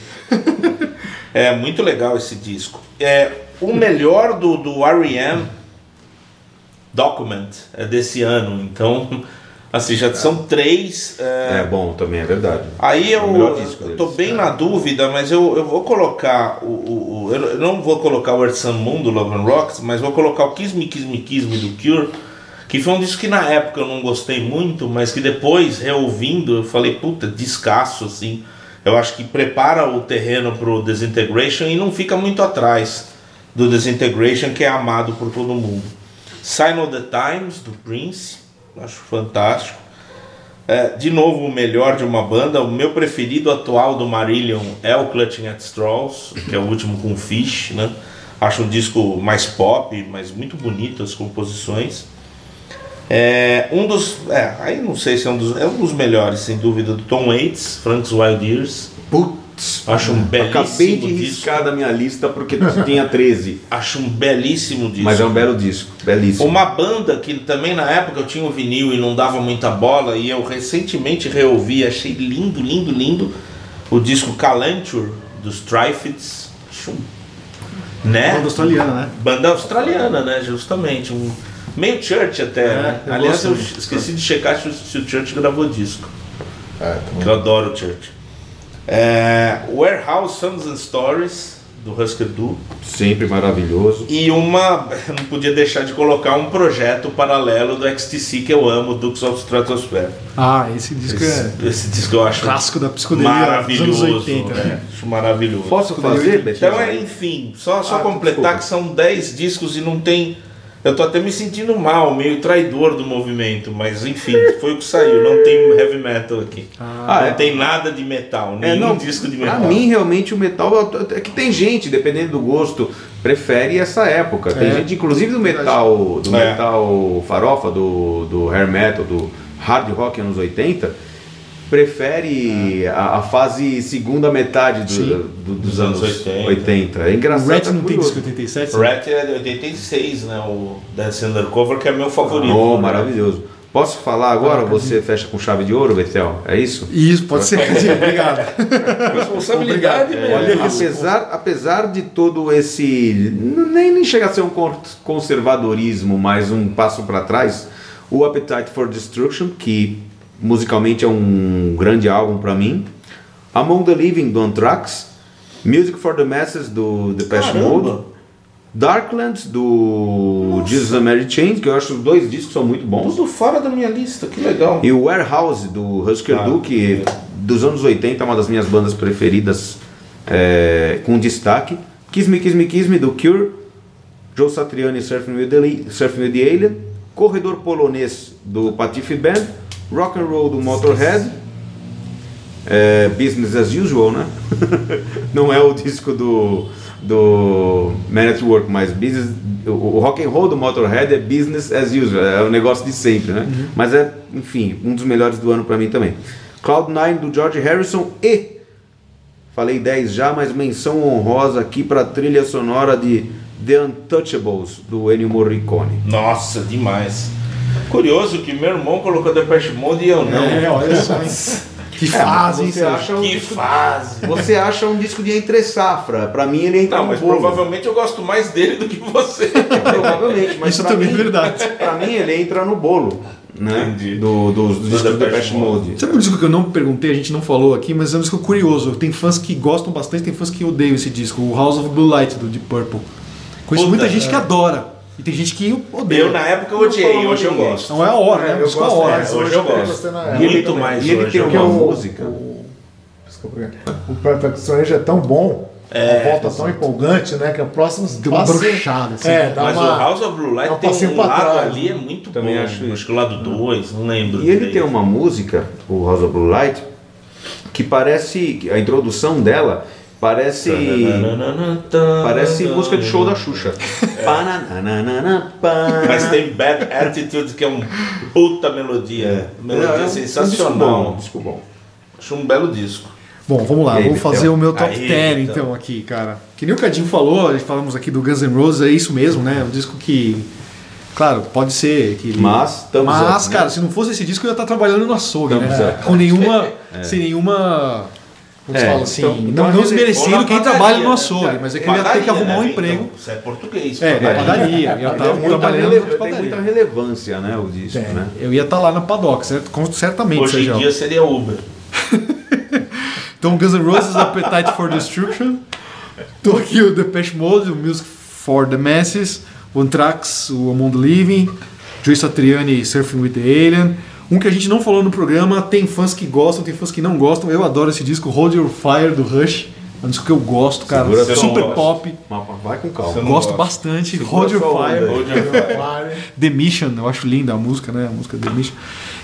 S4: é muito legal esse disco. É o melhor do, do R.E.M. Document é desse ano. Então, assim, já são três. é,
S2: É bom também, é verdade.
S4: Aí
S2: É o melhor
S4: eu,
S2: disco
S4: eu tô
S2: deles.
S4: bem na dúvida, mas eu, eu vou colocar o, o- o- Eu não vou colocar o Earth Sun Moon do Love and Rocks, mas vou colocar o Kiss Me Kiss Me Kiss Me do Cure, que foi um disco que na época eu não gostei muito, mas que depois, reouvindo, eu falei, puta, descasso assim. Eu acho que prepara o terreno pro Desintegration e não fica muito atrás do Desintegration, que é amado por todo mundo. Sign of the Times, do Prince, acho fantástico. É, de novo, o melhor de uma banda. O meu preferido atual do Marillion é o Clutching at Straws, que é o último com Fish, né? Acho um disco mais pop, mas muito bonito as composições. É, um dos. É, aí não sei se é um dos. É um dos melhores, sem dúvida, do Tom Waits, Frank's Wild Years.
S3: Putz.
S4: Acho um belíssimo
S2: Acabei de
S4: disco.
S2: riscar da minha lista porque tinha 13.
S4: Acho um belíssimo disco.
S2: Mas é um belo disco, belíssimo.
S4: Uma banda que também na época eu tinha o vinil e não dava muita bola e eu recentemente reouvi, achei lindo, lindo, lindo o disco Calenture dos Trifits. Acho um- Né?
S3: Banda australiana, né?
S4: Banda australiana, né? Justamente. Um... Meio church até,
S3: É,
S4: né?
S3: eu
S4: Aliás,
S3: gosto
S4: eu
S3: muito.
S4: esqueci de checar se o- se o Church gravou disco.
S5: Ah, tá bom.
S4: Que eu adoro o Church. É, Warehouse Sons and Stories, do Husker Du.
S2: Sempre maravilhoso.
S4: E uma. eu Não podia deixar de colocar um projeto paralelo do XTC que eu amo, Dukes of Stratosphere.
S3: Ah, esse disco é
S4: Esse, esse disco eu acho
S3: clássico da psicodelia dos anos
S4: maravilhoso.
S3: 80, né?
S4: né? Acho maravilhoso.
S2: Posso fazer, Betinho?
S4: Então, é, enfim, só, só
S2: Ah,
S4: completar
S2: desculpa.
S4: que são 10 discos e não tem. Eu tô até me sentindo mal, meio traidor do movimento, mas enfim, foi o que saiu. Não tem heavy metal aqui.
S2: Ah,
S4: não
S2: é.
S4: tem nada de metal, nenhum
S2: É, não,
S4: disco de
S2: Pra
S4: metal.
S2: mim, realmente, o metal. É que tem gente, dependendo do gosto, prefere essa época. Tem
S3: É.
S2: gente, inclusive do metal. Do
S4: É.
S2: metal farofa, do, do hair metal, do hard rock anos 80, prefere a, a fase segunda metade do-
S3: Sim.
S2: do- dos anos 80. É
S3: O
S2: engraçado.
S3: Rat
S2: tá
S3: não tem
S2: curioso.
S3: disco 87?
S4: Rat é de 86, né? O Dance Undercover, que é meu favorito.
S2: Oh, maravilhoso. Posso falar agora? Você fecha com chave de ouro, Betel? É isso?
S3: Isso, pode ser. Obrigado.
S4: Responsabilidade,
S3: Obrigado.
S4: velho.
S3: Olha isso.
S2: Apesar, apesar de todo esse. n- Nem, nem chega a ser um con- conservadorismo, mas um passo para trás, o Appetite for Destruction, que musicalmente é um grande álbum para mim, Among the Living do Anthrax, Music for the Masses do Depeche
S4: Caramba.
S2: Mode, Darkland do Jesus and Mary Chain, que eu acho os dois discos são muito bons,
S4: Tudo fora da minha lista, que legal.
S2: e o Warehouse do Husker
S4: Ah,
S2: Du, que dos anos 80 é uma das minhas bandas preferidas é, com destaque. Kiss Me, Kiss Me, Kiss Me do Cure, Joe Satriani Surfing with the, Ali- Surfing with the Alien, Corredor Polonês do Patife Band, Rock and Roll do Motorhead, é, Business as Usual, né? Não é o disco do, do Man at Work, mas business, o, o Rock and Roll do Motorhead é Business as Usual, é o negócio de sempre, né?
S4: Uhum.
S2: Mas é, enfim, um dos melhores do ano pra mim também. Cloud9 do George Harrison e Falei 10 já, mas menção honrosa aqui para a trilha sonora de The Untouchables, do Ennio Morricone.
S4: Nossa, demais. Curioso que meu irmão colocou Depeche Mode e eu não.
S3: É, olha só. hein? É, Que fase, hein,
S2: Você
S3: Sérgio?
S2: acha, um
S4: Que
S2: disco,
S4: fase.
S2: você acha um disco de entre safra. Para mim ele entra
S4: Não,
S2: um
S4: mas
S2: bolo.
S4: provavelmente eu gosto mais dele do que você.
S2: Provavelmente, mas
S3: Isso
S2: pra
S3: também
S2: mim,
S3: é verdade.
S2: Para mim ele entra no bolo, né?
S4: Entendi. é
S2: Do, do, do, disco do
S4: Depeche
S2: Depeche
S4: Mode.
S2: Mode.
S3: Sabe um disco que eu não perguntei, a gente não falou aqui, mas é um disco curioso. Tem fãs que gostam bastante, tem fãs que odeiam esse disco. O House of Blue Light do Deep Purple. Conheço
S4: Puta,
S3: muita gente que adora. E tem gente que odeia.
S4: Eu na época eu odiei, hoje eu
S2: ninguém.
S4: gosto.
S3: Não é a hora,
S5: É,
S3: né?
S5: eu
S3: O disco é a
S5: gosto,
S3: hora.
S5: é,
S4: Hoje,
S5: hoje
S4: eu
S5: eu
S4: gosto.
S5: gostei na época
S4: Muito
S5: também.
S4: mais
S2: E ele
S4: hoje
S2: tem
S4: eu
S2: uma
S5: o-
S4: gosto.
S2: música.
S5: Desculpa, o Perfect Stranger é tão bom,
S4: É,
S5: uma volta tão empolgante, né? Que é o próximo
S3: uma
S5: passo-
S3: brochada, assim.
S5: É, dá
S4: Mas
S5: uma...
S4: o House of Blue
S5: dá
S4: Light
S5: um
S4: tem
S5: passinho
S4: um
S5: pra
S4: lado
S5: trás.
S4: ali é muito
S2: Também
S4: bom.
S2: acho isso.
S4: Acho que o lado 2, não lembro.
S2: E ele tem
S4: direito.
S2: uma música, o House of Blue Light, que parece. A introdução dela parece. Parece música de show da Xuxa.
S4: É.
S2: Pananana, pan.
S4: Mas tem Bad Attitude, que é uma puta melodia.
S2: É, é
S4: Melodia
S2: um-
S4: sensacional.
S2: um disco bom, um disco bom.
S4: Acho um belo disco.
S3: Bom, vamos lá,
S2: E aí,
S3: vamos fazer
S2: Betel?
S3: o meu top
S4: Aí,
S3: 10
S4: então.
S3: então aqui, cara. Que nem o Cadinho falou, falamos aqui do Guns N' Roses, é isso mesmo, né? Um disco que, claro, pode ser que ele-
S2: Mas, thumbs
S3: Mas,
S2: up, né?
S3: cara, se não fosse esse disco, eu ia estar trabalhando no açougue,
S2: Thumbs
S3: né?
S2: up.
S3: Com nenhuma.
S4: É.
S3: Sem nenhuma. Como se
S2: É,
S3: fala assim?
S2: então- então
S3: não, não
S2: a gente-
S4: Ou
S3: desmerecendo
S4: na
S3: quem
S4: padaria,
S3: trabalha no
S4: né?
S3: açougue, mas é que eu ia ter que
S4: Padaria,
S3: arrumar um
S4: né,
S3: emprego.
S4: Então, você é português.
S3: É, na
S4: padaria.
S3: padaria. Eu ia
S2: Tem
S3: estar
S2: muita,
S3: trabalhando
S2: rele...
S3: na
S2: tem muita
S3: padaria.
S2: relevância, né? O disco,
S5: Tem.
S2: né?
S3: Eu ia estar lá na Padoca, certo? Com- certamente,
S4: Hoje em
S3: é, Sérgio.
S4: dia seria Uber.
S3: Então, Guns N' Roses, Appetite for Destruction. Tô aqui o Depeche Mode, o Music for the Masses, o Anthrax, o Among the Living, Joe Satriani, Surfing with the Alien. Um que a gente não falou no programa, tem fãs que gostam, tem fãs que não gostam. Eu adoro esse disco, Hold Your Fire, do Rush. É um disco que eu gosto, cara. É
S2: Segura
S4: sua
S3: Super
S4: onda.
S3: pop.
S2: Mas vai com
S4: Você
S2: calma.
S4: não
S3: Gosto
S4: gosta.
S3: bastante. Hold Your
S2: sua
S3: Fire.
S2: onda.
S4: Hoje eu-
S3: The Mission, eu acho linda a música, né? A música The Mission.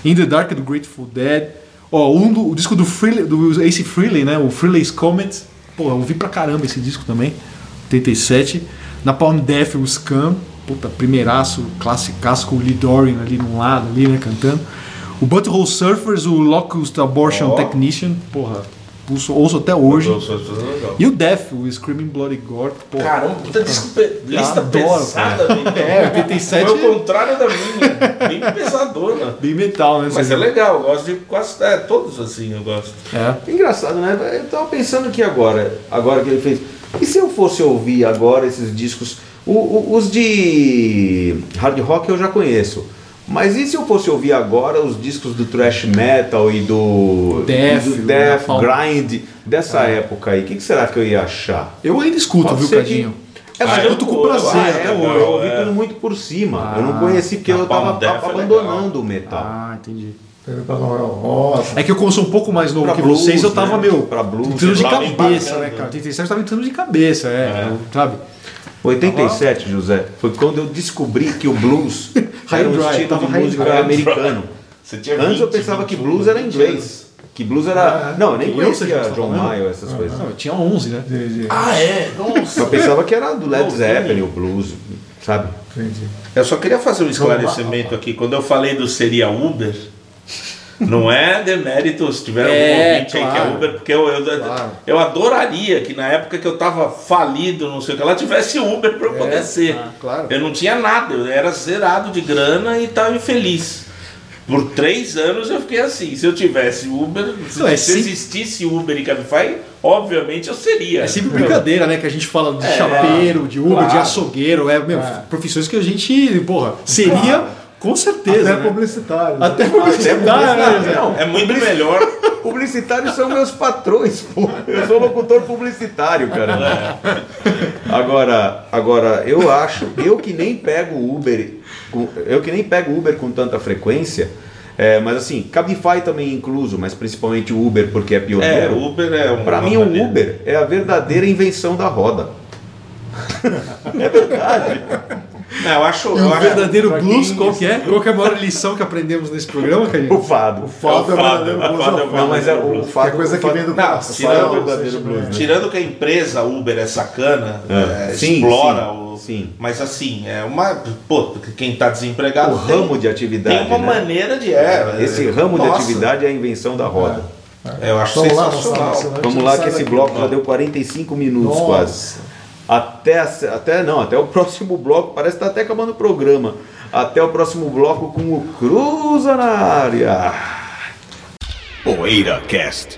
S3: In the Dark do Grateful Dead. Ó, um do- o disco do, Freely, do Ace Freely, né? O Freely's Comet. Pô, eu ouvi pra caramba esse disco também. 87. Na Palm Death, o Scam. puta, primeiraço, classicaço com o Lee Dorian ali num lado, ali, né, cantando. O Butthole Surfers, o Locust Abortion
S4: Ó.
S3: Technician, porra, ouço, ouço até hoje.
S4: Eu sou- sou- sou legal.
S3: E o Death, o Screaming Bloody Gore, porra.
S4: Caramba, puta desculpa, lista
S3: adoro,
S4: pesada, velho.
S3: É, 87
S4: Foi o contrário da minha, bem pesadona.
S3: Bem metal, né?
S4: Mas
S3: você-
S4: é legal, eu gosto de quase é, todos assim, eu gosto.
S3: É.
S2: Engraçado, né? Eu tava pensando que agora, agora que ele fez. E se eu fosse ouvir agora esses discos? O- o- os de hard rock eu já conheço. Mas e se eu fosse ouvir agora os discos do thrash metal e do
S3: Death,
S2: e do death
S3: Napalm.
S2: grind dessa época aí? O que, que será que eu ia achar?
S3: Eu ainda escuto,
S2: Pode
S3: viu,
S2: ser
S3: Cadinho?
S2: que- É, mas
S4: Ah,
S2: eu
S4: eu
S2: tô
S4: tô-
S2: com prazer.
S4: ah, é,
S2: até hoje.
S4: legal,
S2: eu ouvi
S4: é.
S2: tudo muito por cima. eu
S3: Ah,
S2: não conheci porque eu
S4: Napalm
S2: tava
S4: Death é
S2: abandonando o metal.
S3: Ah, entendi.
S5: Pedro Pagão, Nossa.
S3: É que eu, como sou um pouco mais novo
S2: Pra
S3: que
S2: blues,
S3: vocês, eu tava,
S2: né?
S3: meu,
S2: Pra blues,
S3: em termos de
S4: eu tava
S3: cabeça,
S4: embarcando,
S3: né,
S4: né?
S3: cara? 87 eu tava em termos de cabeça, é, eu- sabe?
S2: 87, José, foi quando eu descobri que o blues
S3: High
S2: era um
S3: and dry,
S2: estilo
S3: tava
S2: de
S3: high and
S2: música
S3: dry.
S2: americano.
S4: Você tinha
S2: Antes eu
S4: 20,
S2: pensava que
S4: 21,
S2: blues era
S4: 20 anos.
S2: inglês. Que blues era.
S5: Ah,
S2: Não, eu nem
S3: é. que eu sei
S2: conhecia
S3: que você tá
S2: John
S3: falando.
S2: Maio, essas coisas.
S3: Não, eu tinha 11, né?
S5: Entendi,
S4: Ah, é? Nossa.
S2: Eu pensava que era do Led
S4: Não,
S2: Zeppelin, o blues, sabe?
S5: entendi.
S4: Eu só queria fazer um esclarecimento aqui. Quando eu falei do seria Uber, não é demérito se
S3: É,
S4: tiver algum ouvinte aí que
S3: claro.
S4: é Uber, porque eu, eu, eu adoraria que na época que eu tava falido, não sei o que lá, tivesse Uber para eu poder ser.
S3: ah, claro.
S4: Eu não tinha nada, eu era zerado de grana e tava infeliz. Por três anos eu fiquei assim. Se eu tivesse Uber, se,
S3: Não, é
S4: se
S3: sim-
S4: existisse Uber e Cabify, obviamente eu seria.
S3: É sempre brincadeira, né? Que a gente fala de chapeiro, de Uber, de açougueiro, é, meu, profissões que a gente, porra, seria com certeza.
S5: Até
S3: né?
S5: publicitário. Ah,
S3: Até publicidade, né? José?
S4: É muito melhor.
S2: Publicitários são meus patrões, pô. Eu sou locutor publicitário, cara. Agora, agora eu acho, eu que nem pego Uber, com- eu que nem pego Uber com tanta frequência, é, mas assim, Cabify também incluso, mas principalmente o Uber porque é
S4: É,
S2: pioneiro.
S4: Uber é um.
S2: Pra mim, o Uber é a verdadeira invenção da roda.
S4: Não, eu acho.
S3: E
S4: eu
S3: o
S4: acho-
S3: verdadeiro
S5: pra
S3: blues,
S5: quem-
S3: qual que é? Qual que é a maior lição que aprendemos nesse programa,
S2: O
S3: Cadinho?
S2: fado.
S4: É o fado, é o fado, é o
S2: Não, mas é o
S4: Blues.
S2: fado.
S5: Que é coisa
S2: o
S5: que
S2: fado-
S5: vem do
S2: Não,
S5: coração,
S2: o fado é o
S5: ou
S2: verdadeiro
S5: seja,
S2: blues, né?
S4: Tirando que a empresa Uber é sacana,
S2: É.
S4: é,
S2: Sim,
S4: explora
S2: sim,
S4: o.
S2: sim.
S4: Mas assim, é uma. Pô, quem tá desempregado.
S2: O
S4: tem-
S2: ramo de atividade.
S4: Tem uma
S2: né?
S4: maneira de. É,
S2: Esse
S4: é,
S2: ramo
S4: nossa,
S2: de atividade é a invenção da roda.
S4: Eu acho
S5: Vamos lá,
S4: sensacional.
S5: moçada, moçada.
S2: Vamos lá que esse bloco já deu 45 minutos
S5: Nossa.
S2: quase. Até, a- até não, até o próximo bloco, parece que tá até acabando o programa. Até o próximo bloco com o Cruza na área.
S6: Poeira Cast.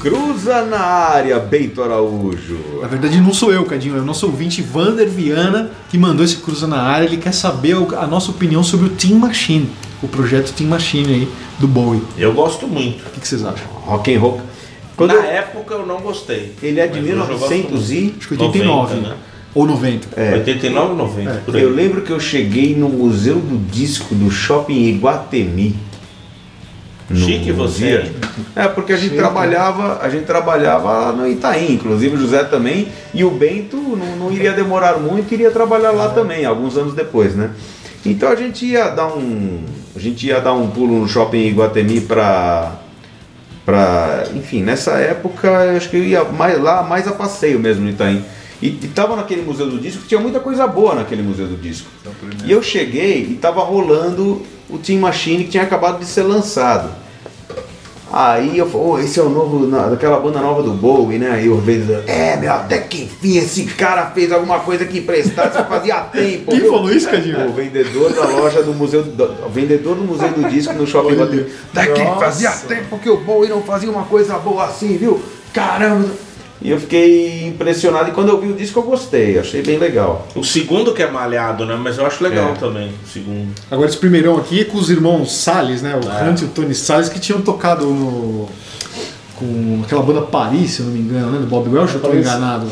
S2: Cruza na área, Beito Araújo.
S3: Na verdade, não sou eu, Cadinho, é o nosso ouvinte Vander Viana que mandou esse cruza na área. Ele quer saber o- a nossa opinião sobre o Team Machine, o projeto Team Machine aí do Bowie.
S4: Eu gosto muito.
S3: O que, que vocês acham?
S2: Rock and roll. Quando
S4: Na
S2: eu-
S4: época eu não gostei.
S2: ele é de
S4: Mas hoje eu gosto
S2: 1900
S4: muito.
S2: e É.
S3: Acho que 89
S4: 90, né?
S3: ou 90.
S4: 89, 90. por aí.
S2: Eu lembro que eu cheguei no Museu do Disco do Shopping Iguatemi.
S4: Chique você. hein?
S2: É, porque a gente trabalhava, a gente trabalhava lá no Itaim, inclusive o José também, e o Bento não, não iria demorar muito, iria trabalhar lá também, alguns anos depois, né? Então a gente ia dar um, a gente ia dar um pulo no shopping Iguatemi pra para, enfim, nessa época eu acho que eu ia mais, lá mais a passeio mesmo no Itaim. E, e tava naquele Museu do Disco, tinha muita coisa boa naquele Museu do Disco. E eu cheguei e tava rolando o Team Machine que tinha acabado de ser lançado. Aí eu falei, "Ô, esse é o novo, na- daquela banda nova do Bowie, né? Aí o Orbeza, é, meu, até que enfim esse cara fez alguma coisa que prestasse, fazia tempo.
S3: Quem
S2: viu?"
S3: falou isso, Cadinho?
S2: O É, vendedor da loja do Museu do, o vendedor do Museu do Disco no Shopping Guatemi. Daqui
S5: Nossa.
S2: fazia tempo que o Bowie não fazia uma coisa boa assim, viu? caramba! E eu fiquei impressionado. E quando eu vi o disco, eu gostei, achei bem legal.
S4: O segundo que é malhado, né? Mas eu acho legal
S2: É.
S4: também. O segundo.
S3: Agora esse primeirão aqui é com os irmãos Salles, né? O Hunt e o Tony Salles, que tinham tocado no. com aquela banda Paris, se eu não me engano, né? Do Bob Welch, eu tô
S5: Paris.
S3: enganado.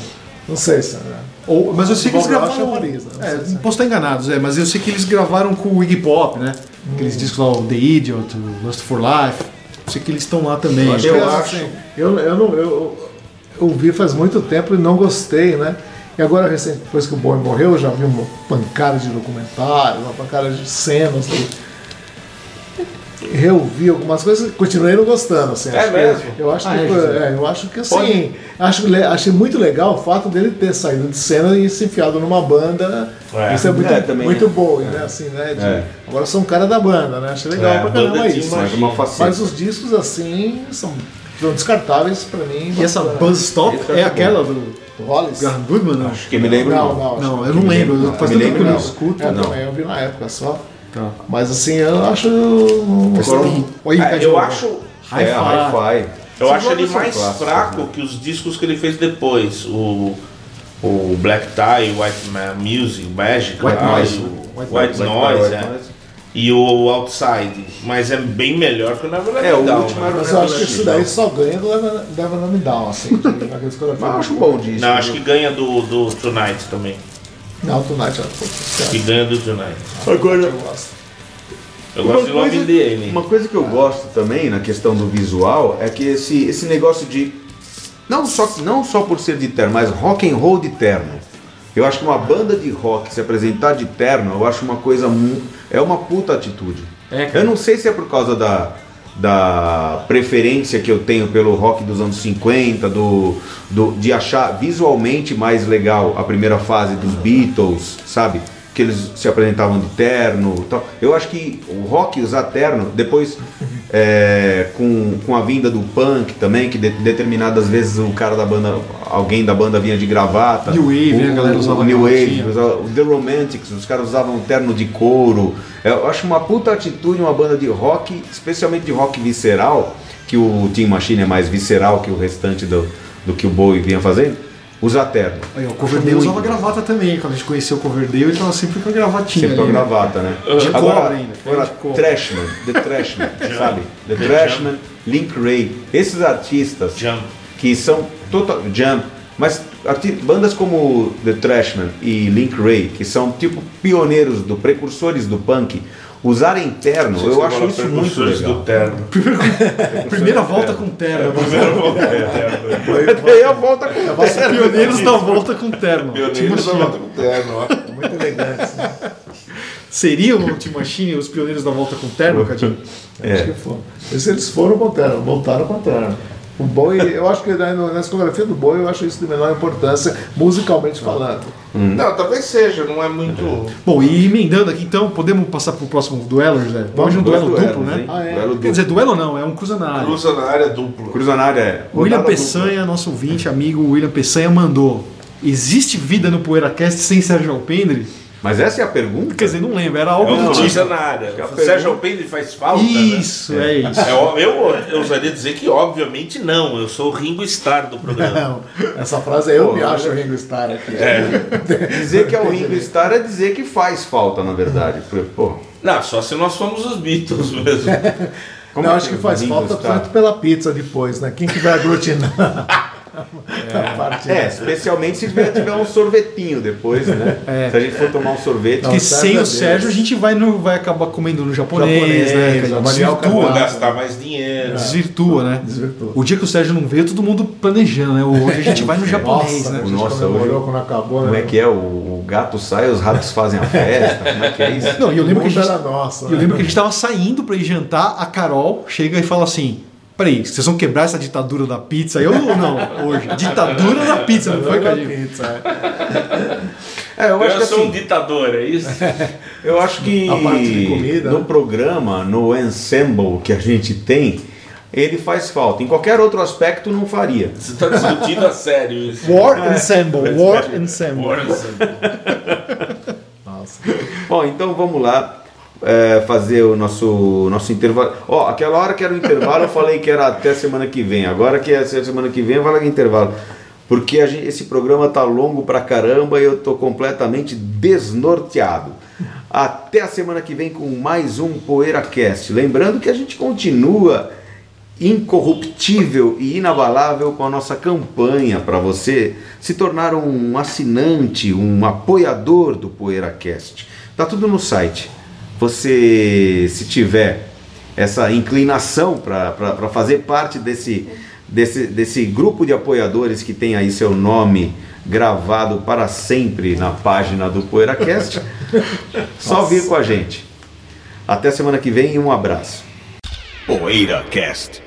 S5: Não sei se. né?
S3: Ou, mas eu sei que eles
S5: Bob Welch
S3: gravaram.
S5: é Paris, né? Não
S3: é,
S5: sei se-
S3: posso estar enganados, é, mas eu sei que eles gravaram com o Iggy Pop, né?
S2: Hum.
S3: Aqueles discos lá, o The Idiot, o Lust for Life. Eu sei que eles estão lá também.
S2: acho que
S5: Eu
S2: Eu
S5: acho. é assim. Eu, eu não. Eu, eu ouvi faz muito tempo e não gostei, né? E agora, recente, depois que o Bowie morreu, eu já vi uma pancada de documentários, uma pancada de cenas. e Reouvi algumas coisas e continuei não gostando. Assim,
S4: É
S5: acho que-
S4: mesmo?
S5: eu, acho
S3: Ah, é,
S5: que, foi-
S3: José.
S5: é, eu acho que assim. Acho, le- achei muito legal o fato dele ter saído de cena e se enfiado numa banda.
S4: É.
S5: Isso é muito,
S2: É, também,
S5: muito
S2: né?
S5: bom, né? Assim, né? De-
S2: É.
S5: Agora eu sou um cara da banda, né? Achei legal
S4: É,
S5: pra
S4: a banda
S5: caramba
S4: de
S5: isso.
S4: imagem.
S2: Mas uma faceta.
S5: Mas os discos assim são, são descartáveis pra mim.
S3: E essa Buzz Stop
S2: Esse
S3: é
S2: é
S3: aquela do
S5: do Hollis?
S3: Graham Goodman? Não,
S2: Que é me lembro.
S5: Não, não. acho
S3: não
S5: que-
S3: eu não
S2: me
S3: lembro.
S2: lembro,
S3: Faz
S2: não. Me
S3: tanto que eu
S2: lembro,
S3: não
S2: não.
S3: escuto.
S5: É,
S2: não.
S5: também eu vi na época só.
S3: Tá.
S5: Mas assim, eu acho. um-
S2: Agora,
S3: Olha,
S4: Ah,
S3: cara,
S4: eu
S3: de-
S4: acho.
S2: É, hi-fi.
S4: Eu
S2: São
S4: acho ele
S2: jogos são
S4: mais
S2: clássicos,
S4: fraco
S2: né?
S4: que os discos que ele fez depois. O, o Black Tie, o White Ma- Music, Magic,
S3: White
S4: lá,
S3: Noise.
S4: e o
S2: né?
S3: White
S4: White, Noise, é. e o Outside. Mas é bem melhor que o Never Let
S2: É,
S4: Me
S2: o
S4: Down,
S2: último
S4: né?
S2: era o
S5: Mas eu acho que isso daí só ganha do Devil Name Down, assim. de- Aqueles coisas
S2: é Mas eu acho um bom disco.
S4: Não, acho que ganha do, do Tonight também.
S5: Não, Tonight, ó, putz,
S4: Que
S5: cara,
S4: ganha do Tonight.
S2: Agora,
S5: eu gosto.
S4: Eu gosto de Love in the Alien.
S2: uma coisa que eu gosto também na questão do visual é que esse, esse negócio de. Não só, não só por ser de terno, mas rock and roll de terno. Eu acho que uma banda de rock se apresentar de terno, eu acho uma coisa. mu- É uma puta atitude.
S3: É, cara.
S2: eu não sei se é por causa da, da preferência que eu tenho pelo rock dos anos 50, do, do, de achar visualmente mais legal a primeira fase dos Beatles, sabe? Que eles se apresentavam de terno. e Tal. Eu acho que o rock usar terno, depois é, com, com a vinda do punk também, que de- determinadas vezes o cara da banda, alguém da banda vinha de gravata.
S3: New Wave, né,
S2: o,
S3: a galera usava
S2: o New Wave,
S3: gravatinha.
S2: usava- o The Romantics, os caras usavam terno de couro. É, Eu acho uma puta atitude uma banda de rock, especialmente de rock visceral, que o Team Machine é mais visceral que o restante do, do que o Bowie vinha fazendo, usar terno.
S3: Aí, ó, o Coverdale usava gravata também. Quando a gente conheceu o Coverdale, ele tava sempre com a gravatinha.
S2: Sempre com a
S3: ali, né?
S2: gravata, né?
S4: Uhum.
S3: De
S2: agora,
S3: cobre ainda,
S2: agora
S3: de cobre.
S2: Trashman, The Trashman, sabe? The Trashman, Link Ray, esses artistas
S4: Jump.
S2: que são total jump, mas arti- bandas como The Trashman e Link Ray, que são tipo pioneiros do precursores do punk, usarem terno, eu
S4: Você
S2: acho
S4: fala
S2: isso muito
S4: precursores
S2: legal.
S4: do terno.
S3: Primeira volta com
S2: É,
S3: né? terno.
S4: Primeiro volta do terno.
S2: Daí a volta com
S3: Os pioneiros da volta com terno.
S4: né? Pioneiros da
S3: Timochinho.
S4: volta com terno, ó.
S5: Muito elegante.
S3: Seriam o Timachine os pioneiros da volta com terno, Cadinho?
S2: É.
S5: Acho que foram. Mas eles foram com terno, voltaram com terno. O Bowie, eu acho que na, na discografia do Bowie eu acho isso de menor importância, musicalmente falando.
S4: Não, talvez seja, não é muito.
S3: Bom, e emendando aqui então, podemos passar pro próximo duelo, José? Hoje é um
S2: dois
S3: duelo
S2: duelos,
S3: duplo, né?
S2: hein?
S5: Ah, é.
S3: Quer
S2: Duelo duplo.
S3: dizer, duelo não, é um cruza na área.
S4: Cruza na área dupla.
S2: Cruzanária é.
S3: William
S2: rodada
S3: Peçanha, nosso ouvinte, amigo William Peçanha, mandou. Existe vida no PoeiraCast sem Sérgio Alpendre?
S2: dupla. Mas essa é a pergunta?
S3: Quer dizer, não lembro, era algo
S4: É um
S3: do tipo.
S4: cruza na área.
S2: é
S4: O Sérgio Alpendre faz falta,
S3: Isso,
S4: né?
S3: é isso.
S4: É, ó- eu, eu ousaria dizer que, obviamente, não. Eu sou o Ringo Starr do programa.
S5: Não, essa frase eu
S2: Pô, é.
S5: me acho o Ringo Starr aqui.
S2: Dizer que é
S3: né?
S2: o Ringo Starr é dizer que faz falta, na verdade.
S3: Uhum.
S2: Porque, Pô,
S4: Não, só se nós formos os Beatles mesmo.
S2: como
S5: não,
S2: é
S5: acho que faz
S2: o Ringo
S5: falta
S2: Starr-
S5: tanto pela pizza depois, né? Quem que vai aglutinar a parte
S2: É, especialmente se tiver, tiver um sorvetinho depois, né?
S3: É.
S2: Se a gente for tomar um sorvete.
S3: Porque
S5: Não,
S3: sem
S5: Sérgio
S3: o
S5: é
S3: Sérgio a
S5: Deus.
S3: gente vai, no, vai acabar comendo no japonês,
S5: Japonês,
S3: né? cara?
S5: avaliar o
S4: Vou
S5: cardápio.
S3: Desvirtua,
S4: gastar mais dinheiro.
S3: desvirtua, né?
S5: Desvirtua.
S3: O dia que o Sérgio não veio, todo mundo planejando, né? Hoje a gente vai no japonês,
S5: Nossa,
S3: né?
S5: a gente
S2: É. Nossa,
S5: comemorou
S2: hoje-
S5: quando acabou,
S2: Como
S5: né?
S2: é que é? O, o gato sai, os ratos fazem a festa. Como é que é isso?
S3: Não, e eu lembro que a
S5: Mundo
S3: gente.
S5: era nosso,
S3: eu
S5: né?
S3: lembro que a gente tava saindo pra ir jantar, a Carol chega e fala assim. Peraí, vocês vão quebrar essa ditadura da pizza? Eu ou não? Hoje. Ditadura da pizza, não foi,
S5: Foi a
S3: Cadinho?
S5: pizza. é.
S2: É, eu
S4: Eu,
S2: acho que
S4: sou um
S2: assim,
S4: ditador, é isso?
S2: eu acho que
S5: A parte de comida,
S2: no
S5: né?
S2: programa, no ensemble que a gente tem, ele faz falta. Em qualquer outro aspecto não faria.
S4: Você está discutindo a sério isso.
S3: War É. Ensemble, War Ensemble.
S4: War.
S5: Nossa.
S2: Bom, então vamos lá. é, fazer o nosso, nosso intervalo. Ó, aquela hora que era o intervalo, eu falei que era até semana que vem. Agora que é semana que vem, eu falo que é intervalo. Porque a gente- esse programa tá longo pra caramba e eu tô completamente desnorteado. Até a semana que vem com mais um PoeiraCast. Lembrando que a gente continua incorruptível e inabalável com a nossa campanha para você se tornar um assinante, um apoiador do PoeiraCast. Tá tudo no site. Você, se tiver essa inclinação para fazer parte desse, desse, desse grupo de apoiadores que tem aí seu nome gravado para sempre na página do PoeiraCast, só vir com a gente. Até semana que vem e um abraço.
S6: Poeira Cast.